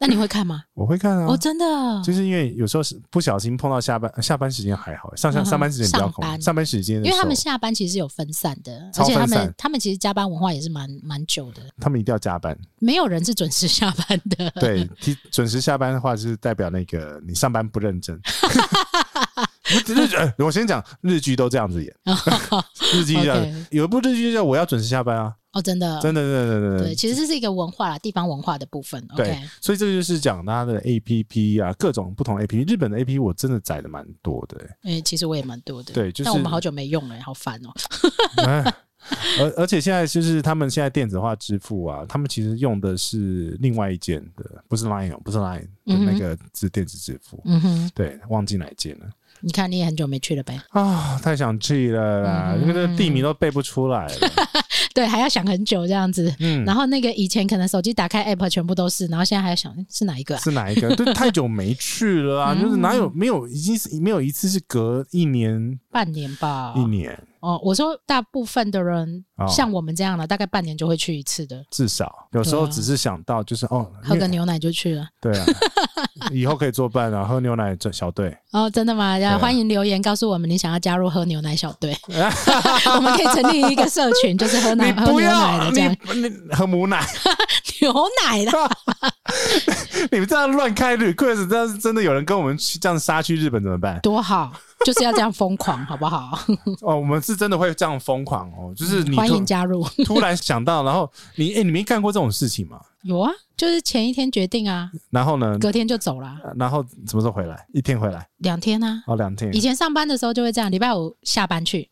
那你会 看吗？我会看啊。哦，真的，就是因为有时候是不小心碰到下班，下班时间还好，欸上嗯上哼上班时间比较上恐怖班上班时间的因时候，为他们下班其实是有分散的，而超且他分们散他们其实加班文化也是蛮蛮久的，他们一定要加班。没有人是准时下班的。对，提准时下班的话，就是代表那个你上班不认 真。日剧，呃我先讲日剧都这样子演，日剧这样哦 OK 有一部日剧叫《我要准时下班》啊，哦，真的，真的，真的，真的，对，其实这是一个文化啦，地方文化的部分。对 OK，所以这就是讲它的 A P P 啊，各种不同 A P P，日本的 A P P 我真的载的蛮多的、欸诶，其实我也蛮多的，对就是但我们好久没用了，好烦哦。哎 而而且现在就是他们现在电子化支付啊，他们其实用的是另外一件的，不是 Line，哦不是 Line 的嗯哼那个是电子支付，嗯哼，对，忘记哪一件了。你看你也很久没去了呗？ 啊，太想去了啦，嗯那个地名都背不出 来了。对，还要想很久这样子。嗯，然后那个以前可能手机打开 app 全部都是，然后现在还要想是哪一个啊？是哪一个？对，太久没去了 啊，嗯就是哪有没有已经是没有一次是隔一年半年吧一。年哦，我说大部分的人哦像我们这样的，大概半年就会去一次的，至少，有时候对啊只是想到就是哦，喝因个为牛奶就去了。 对啊，以后可以作伴啊，喝牛奶这小队，哦，真的吗？然对啊后欢迎留言告诉我们你想要加入喝牛奶小 队，我们可以成立一个社群，就是喝你奶喝不牛奶要的这你样你喝母奶， 牛奶的。你们这样乱开 request，这样真的有人跟我们去这样杀去日本怎么办？多好，就是要这样疯狂，好不好？哦，我们是真的会这样疯狂哦，就是你欢突迎加入。 突然想到，然后你哎、你没干过这种事情吗？有啊，就是前一天决定啊，然后呢？隔天就走啦，呃然后什么时候回来？一天回来两天啊。哦，两天以。前上班的时候就会这样，礼拜五下班去，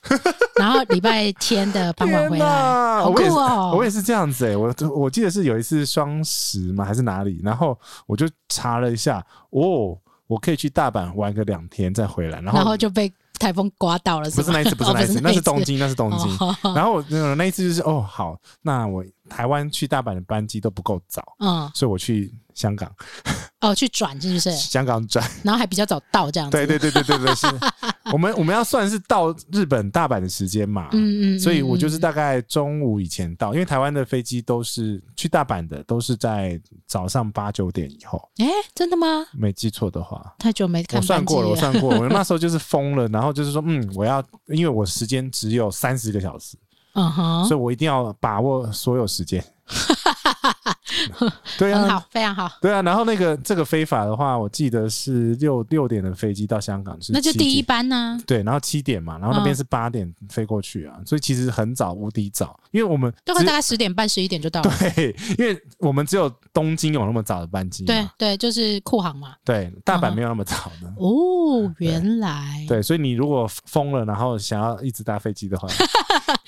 然后礼拜天的傍晚回天来，哪好我酷也是，我哦！也是这样子哎、我我记得是有一次双十嘛，还是哪里，然后我就查了一下，哦，我可以去大阪玩个两天再回来，然后然后就被台风刮到了，不是吗那一次，不是哦那一次，那是东次京，那是东京。哦然后那那一次就是哦，好，那我台湾去大阪的班机都不够早，嗯，所以我去香港，哦，去转是不是？香港转。然后还比较早到这样子。对对对对对对，是我们我们要算是到日本大阪的时间嘛，嗯，嗯嗯。所以我就是嗯大概中午以前到，因为台湾的飞机都是去大阪的，都是在早上八九点以后，哎，真的吗？没记错的话。太久没我看算班级啊过了，我了。算过了， 我那时候就是疯了，然后就是说，嗯，我要，因为我时间只有三十个小时，嗯哼，所以我一定要把握所有时间。对很啊，好，非常好。对啊，然后那个这个非法的话，我记得是六六点的飞机到香港是，那就第一嗯班呢？对，然后七点嘛，然后那边是八点飞过去啊，所以其实很早，无敌早，因为我们大只概大概十点半、十一点就到了。 对，因为我们只有东京有那么早的班机对嘛，对，就是库航嘛。对，大嗯阪哼没有那么早的。哦，原来。对，所以你如果疯了，然后想要一直搭飞机的 话，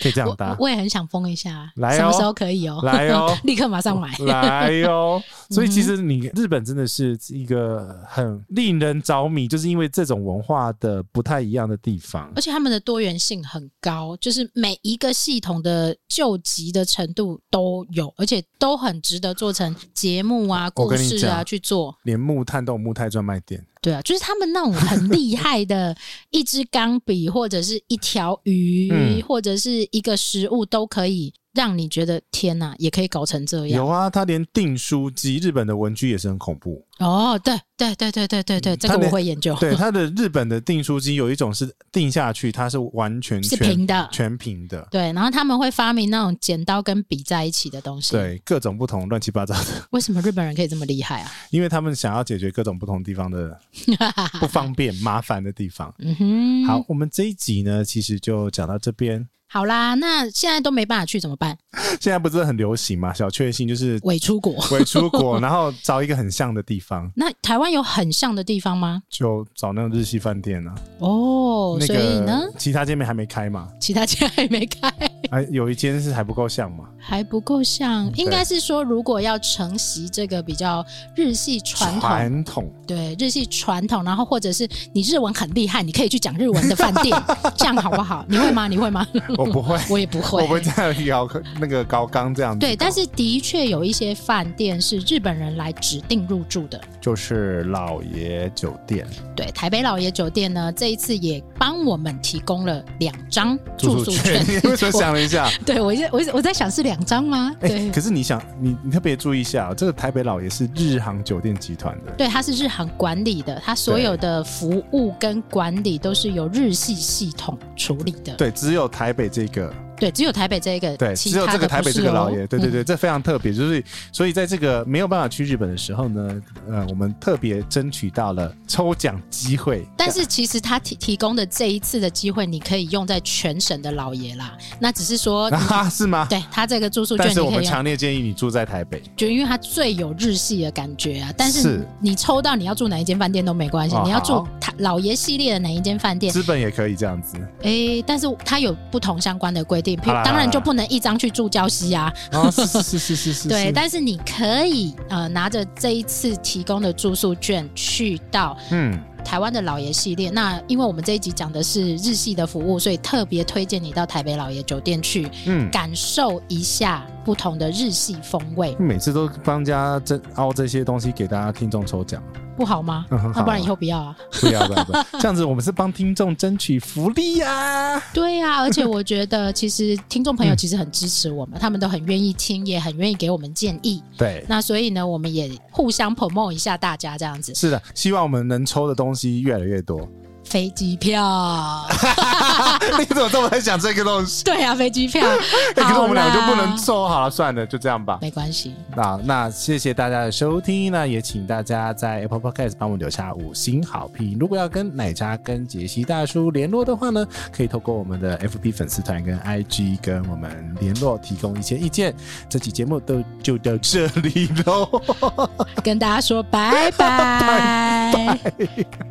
可以这样我搭我，我也很想疯一下，啊来什么哦时候可以哦？来哦立刻马上买。来嗯哟、所以其实你日本真的是一个很令人着迷，就是因为这种文化的不太一样的地方而。且他们的多元性很高，就是每一个系统的救急的程度都有，而且都很值得做成节目啊、我故跟你事啊讲去做。连木炭都有木炭专卖店，对啊，就是他们那种很厉害的，一支钢笔或者是一条鱼、嗯或者是一个食物，都可以让你觉得天哪，也可以搞成这样有。啊，它连订书机，日本的文具也是很恐 怖。哦，对对对对对对对，这他个我连会研究。嗯对，它的日本的订书机有一种是订下去，它是完全是全平的全平的，对，然后他们会发明那种剪刀跟笔在一起的东西。，对，各种不同乱七八糟的， 为什么日本人可以这么厉害啊？因为他们想要解决各种不同地方 的不方便、麻烦的地方。嗯哼，好，，我们这一集呢，其实就讲到这边。好啦，那现在都没办法去怎么办？现在不是很流行嘛？小确幸就是伪出国。伪出国，然后找一个很像的地方，那台湾有很像的地方吗？就找那种日系饭店啊。哦，那所以呢个，其他界面还没开嘛？其他家还没开。哎，有一间是还不够像嘛，还不够嗯像，应该是说，如果要承袭这个比较日系传统，传统对日系传统，然后或者是你日文很厉害，你可以去讲日文的饭 店，这样好不好？你会吗？你会吗？我哦不会，我也不我 会不。会这样摇那个高刚这样子搞。对，但是的确有一些饭店是日本人来指定入住的。就是老爷酒店对，台北老爷酒店呢，这一次也帮我们提供了两张住宿券。 你为什么想了一下？我？对我一直我一直我在想是两张吗？哎、对、可是你想，你你特别注意一下哦，这个台北老爷是日航酒店集团的，对，它是日航管理的，它所有的服务跟管理都是由日系系统处理的。对，只有台北这个，对只有台北这一个，对，其只有他这个的台不北是这个哦老爷，对对。嗯对，这非常特别，就是所以在这个没有办法去日本的时候呢，呃，我们特别争取到了抽奖机会，但是其实他提提供的这一次的机会，你可以用在全省的老爷啦。那只是说， 啊，是吗？对他这个住宿券但你是我可们以用，强烈建议你住在台北，就因为它最有日系的感觉啊。但是是你抽到你要住哪一间饭店都没关系，哦你要住好他老爷系列的哪一间饭店，资本也可以这样 子。诶，但是它有不同相关的规定，譬好啦如当好然啦就不能一张去住礁溪啊，啊，是是是是是是，对，是但是你可以呃拿着这一次提供的住宿券去到嗯，台湾的老爷系列。那因为我们这一集讲的是日系的服务，所以特别推荐你到台北老爷酒店去嗯，感受一下不同的日系风味，每次都帮人家这凹这些东西给大家听众抽奖，不好吗？嗯很那不好啊然以后不要啊。不要不要不要，这样子我们是帮听众争取福利呀、啊。对啊，而且我觉得其实听众朋嗯友其实很支持我们，他们都很愿意听，也很愿意给我们建议。对，那所以呢，我们也互相 promote 一下大家这样子。是的，希望我们能抽的东西越来越多。 飞机票， 你怎么这么在想这个东西？对啊，飞机票。 哎可是我们好两啦个就不能抽，好了，算了，就这样吧。没关系，那那谢谢大家的收听，那也请大家在 Apple Podcast 帮我们留下五星好评。如果要跟奶茶跟杰西大叔联络的话呢，可以透过我们的 FB 粉丝团跟 IG 跟我们联络，提供一些意见。这期节目都就到这里喽。跟大家说拜拜。 拜